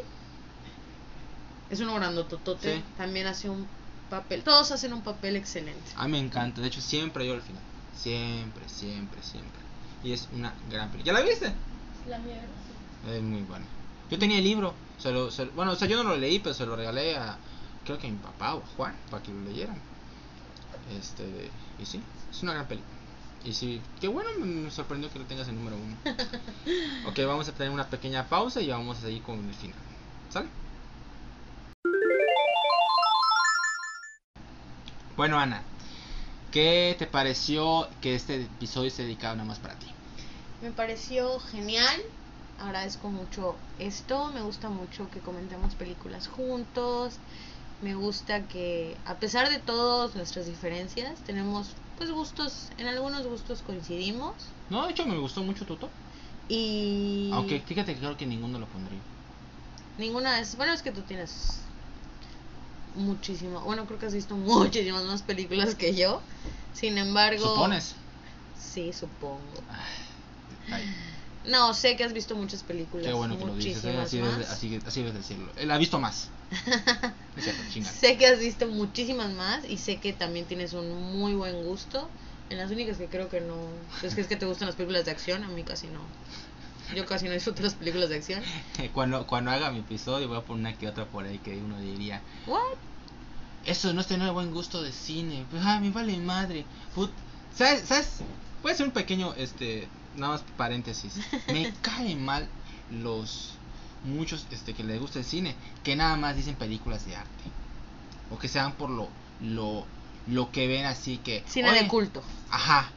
Es un grandototote. Sí. También hace un papel. Todos hacen un papel excelente. A mí me encanta, de hecho siempre yo al final. Siempre, siempre, siempre. Y es una gran película. ¿Ya la viste? La mierda. Es muy buena. Yo tenía el libro, se lo- se lo- bueno, o sea, yo no lo leí, pero se lo regalé a, creo que a mi papá o a Juan, para que lo leyeran. Este, y sí, es una gran película. Y sí, qué bueno, me- me sorprendió que lo tengas en número uno. ok, vamos a tener una pequeña pausa y vamos a seguir con el final. ¿Sale? Bueno, Ana, ¿qué te pareció que este episodio esté dedicado nada más para ti? Me pareció genial. Agradezco mucho esto. Me gusta mucho que comentemos películas juntos. Me gusta que, a pesar de todas nuestras diferencias, tenemos pues gustos, en algunos gustos coincidimos. No, de hecho me gustó mucho tu top. Y Aunque fíjate que creo que ninguno lo pondría. ninguna de esas. Bueno, es que tú tienes muchísimo. Bueno, creo que has visto muchísimas más películas que yo. Sin embargo. ¿Supones? Sí, supongo. Ay, No, sé que has visto muchas películas. qué bueno que lo dices. ¿eh? muchísimas Así, ves, más. así, así ves el cielo. Él ha visto más. Es cierto, chingada. Sé que has visto muchísimas más y sé que también tienes un muy buen gusto. En las únicas que creo que no. Es que es que te gustan las películas de acción, a mí casi no. Yo casi no disfruto las películas de acción. Cuando, cuando haga mi episodio voy a poner una que otra por ahí que uno diría, ¿What? eso no es tener buen gusto de cine. Pues, ah, me vale madre. Put- ¿Sabes? ¿Sabes? Puede ser un pequeño, este, nada más paréntesis. Me caen mal los muchos este, que les gusta el cine, que nada más dicen películas de arte. O que se van por lo, lo, lo que ven así que... Cine "Oye, de culto. Ajá.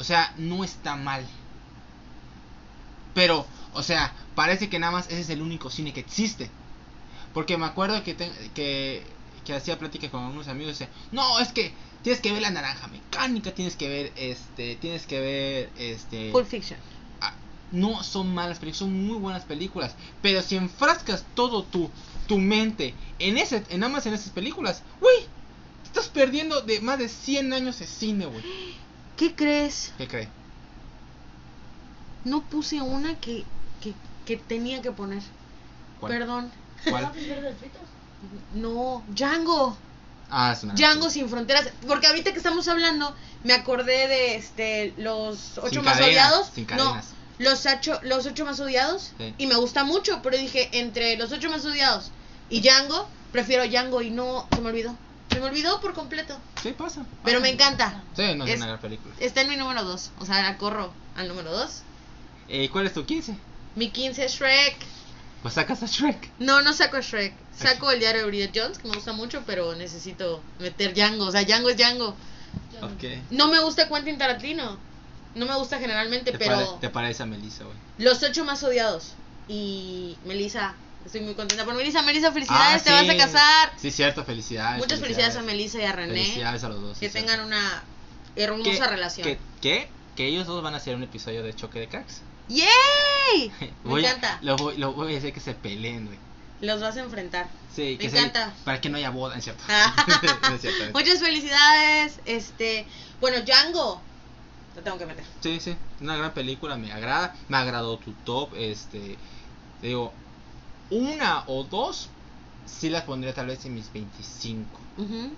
O sea, no está mal. Pero, o sea, parece que nada más ese es el único cine que existe. Porque me acuerdo que, te- que, que hacía plática con unos amigos y decía, no, es que tienes que ver la naranja mecánica, tienes que ver este, tienes que ver este... Pulp Fiction. ah, No son malas películas, son muy buenas películas. Pero si enfrascas todo tu, tu mente en ese, en nada más en esas películas, güey, te estás perdiendo de más de 100 años de cine, güey. ¿Qué crees? ¿Qué cree? No puse una que, que, que tenía que poner. ¿Cuál? Perdón. ¿Cuál? No, Django. Ah, es una Django sin fronteras. Porque ahorita que estamos hablando, me acordé de este los ocho Sin más cadenas, odiados. sin no, cadenas. los ocho, los ocho más odiados. Sí. Y me gusta mucho, pero dije, entre los ocho más odiados y Django, prefiero Django y no. Se me olvidó. Se me olvidó por completo. Sí, pasa. Pero pasa. me encanta. Sí, no es, Es- una gran película. Está en mi número dos. O sea, la corro al número dos. Eh, ¿Cuál es tu 15? Mi 15 Shrek. Pues sacas a Shrek. No, no saco a Shrek. Saco el diario de Bridget Jones, que me gusta mucho, pero necesito meter Django. O sea, Django es Django. Ok. No me gusta Quentin Tarantino. No me gusta generalmente, Te, pero pare- te parece a Melissa, güey. los ocho más odiados. Y Melissa, estoy muy contenta por Melissa. Melissa, felicidades, Ah, te vas sí. a casar. Sí, cierto, felicidades. Muchas felicidades, a Melissa y a René. Felicidades a los dos. que sí, tengan cierto. una hermosa Que- relación. Que, que, que ellos dos van a hacer un episodio de choque de cracks. ¡Yay! Me Voy a- encanta. lo, voy, lo voy a decir que se peleen, güey. Los vas a enfrentar. Sí, Me que se- encanta. Ah. para que no haya boda, es cierto. No es cierto. Muchas felicidades. Este, bueno, Django. Lo tengo que meter. Sí, sí, una gran película, me agrada, me agradó tu top, este, te digo, una o dos, sí las pondría tal vez en mis 25, Ujú.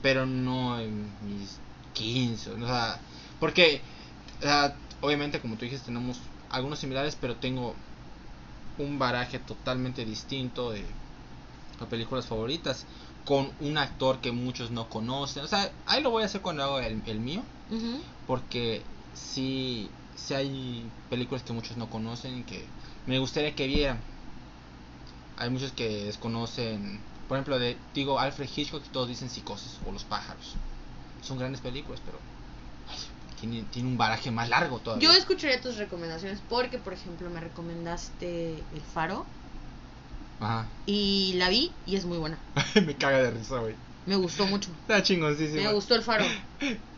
pero no en mis 15, o sea, porque, o sea, obviamente como tú dijiste, tenemos algunos similares, pero tengo un baraje totalmente distinto de las películas favoritas, con un actor que muchos no conocen, o sea, ahí lo voy a hacer cuando hago el- el mío Ujú. porque sí, sí hay películas que muchos no conocen y que me gustaría que vieran. Hay muchos que desconocen, por ejemplo, de, digo Alfred Hitchcock, todos dicen Psicosis o Los pájaros. Son grandes películas, pero ay, tiene, tiene un baraje más largo todavía. Yo escucharía tus recomendaciones porque, por ejemplo, me recomendaste El Faro Ajá. y la vi y es muy buena. me caga de risa, güey. Me gustó mucho. Está chingoncísimo. Me gustó El Faro.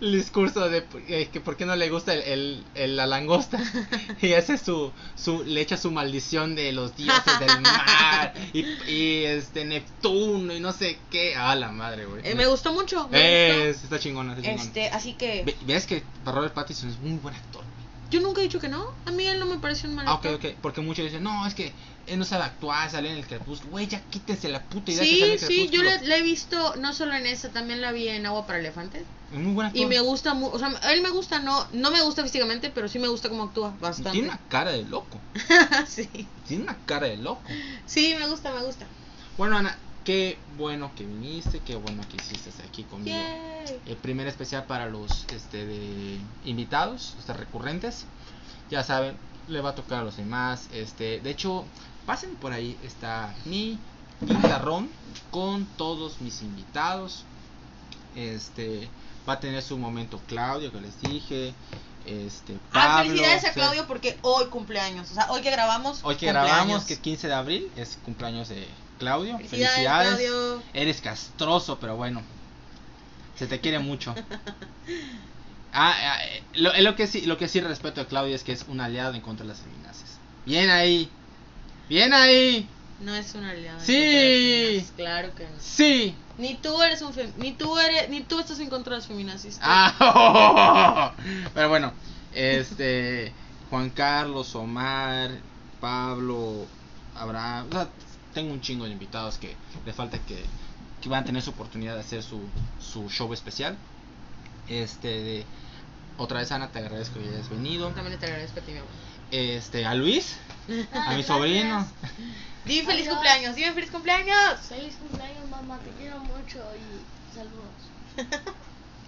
el discurso de eh, que por qué no le gusta el, el- el- la langosta y hace su, su le echa su maldición de los dioses del mar y, y, este Neptuno y no sé qué a la madre güey Eh, me gustó mucho. Eh, Me gustó. está chingona está chingona. Este, así que Ve- ves que Robert Pattinson es muy buen actor yo nunca he dicho que no. A mí él no me parece un mal ah ok actor. ok porque muchos dicen no es que él no sabe actuar sale en el crepúsculo güey ya quítese la puta idea que sale en Sí, el sí, yo la, crepúsculo. la he visto no solo en esa, también la vi en Agua para Elefantes. es muy buen actor Y me gusta mucho, o sea, él me gusta, no no me gusta físicamente, pero sí me gusta cómo actúa tiene bastante. una cara de loco sí. tiene una cara de loco sí, me gusta, me gusta. Bueno, Ana, Qué bueno que viniste, qué bueno que hiciste aquí conmigo. Yay. El primer especial para los este, de invitados, los recurrentes. Ya saben, le va a tocar a los demás. Este, de hecho, pasen por ahí. Está mi guitarrón con todos mis invitados. Este, va a tener su momento Claudio, que les dije. Este, Pablo, ah, felicidades a Fer- Claudio porque hoy cumpleaños. O sea, hoy que grabamos. Hoy que cumpleaños. grabamos, que es 15 de abril, es cumpleaños de Claudio. Felicidades, Felicidades. Claudio. Eres castroso, pero bueno. Se te quiere mucho. Ah, ah, eh, lo, eh, lo que sí, lo que sí respeto a Claudio es que es un aliado en contra de las feminazis. Bien ahí. Bien ahí. No es una alianza. Sí. Claro que no. Sí. Ni tú eres un fem- ni tú eres ni tú estás en contra de los feminazis. Ah, Pero bueno, este Juan Carlos, Omar, Pablo, Abraham, o sea, tengo un chingo de invitados que le falta que, que van a tener su oportunidad de hacer su, su show especial. Este de- otra vez Ana, te agradezco que hayas venido. También te agradezco a ti, mi amor. Este, a Luis, a Ay, mi Ah, gracias. sobrino. Dime feliz Adiós. cumpleaños, dime feliz cumpleaños. Feliz cumpleaños, mamá. Te quiero mucho y saludos.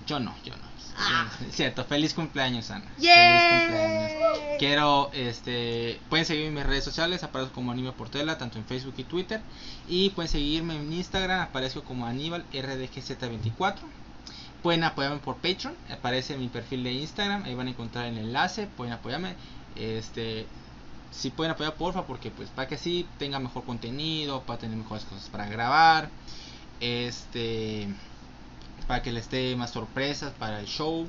Yo no, yo no. Ah. Yo no. Es Cierto, feliz cumpleaños, Ana. Yay. Feliz cumpleaños. Quiero, este, pueden seguirme en mis redes sociales, aparezco como Aníbal Portela, tanto en Facebook y Twitter. Y pueden seguirme en Instagram, aparezco como Aníbal RDGZ24. Pueden apoyarme por Patreon, aparece mi perfil de Instagram, ahí van a encontrar el enlace, pueden apoyarme. Este, si pueden apoyar, porfa, porque pues para que así tenga mejor contenido, para tener mejores cosas para grabar. Este, para que les dé más sorpresas para el show.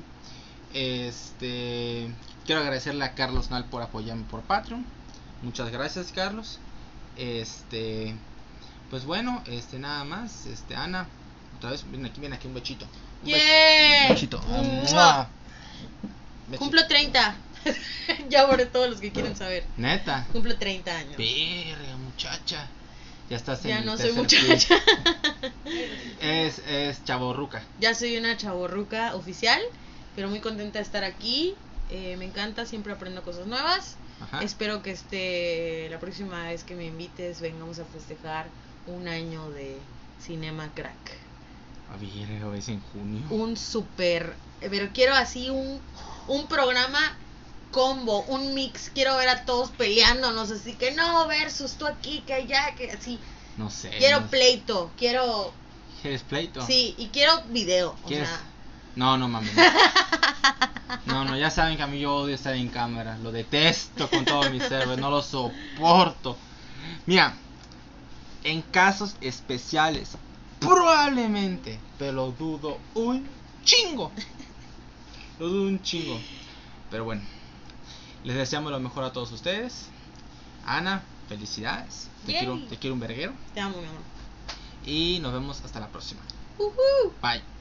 Este, quiero agradecerle a Carlos Nal por apoyarme por Patreon. Muchas gracias, Carlos. Este, pues bueno, este nada más, este Ana, otra vez ven aquí, ven aquí un bechito. Un be- Yay. bechito. Mua. ¡Mua! Bechito. Cumplo 30. ya borré todos los que quieren saber. Neta. Cumplo 30 años. Verga, muchacha. Ya estás en ya el no soy tercer muchacha. club. Es es chavorruca. ya soy una chaborruca oficial, pero muy contenta de estar aquí. Eh, me encanta, siempre aprendo cosas nuevas. Ajá. Espero que este la próxima vez que me invites vengamos a festejar un año de Cinema Crack. A ver, es Ah, en junio. Un super, pero quiero así un, un programa combo, un mix. Quiero ver a todos peleándonos, así que no versus tú aquí, que allá, que así. No sé. Quiero Eh, no- pleito, quiero ¿Quieres pleito? sí y quiero video, o ¿Quieres? sea, No, no mames. No, no, ya saben que a mí yo odio estar en cámara. Lo detesto con todo mi cerebro. No lo soporto. Mira, en casos especiales, probablemente, pero lo dudo un chingo. Lo dudo un chingo. Pero bueno, les deseamos lo mejor a todos ustedes. Ana, felicidades. Te, Yay. quiero, te quiero un verguero. te amo mi amor. Y nos vemos hasta la próxima. Ujú. Bye.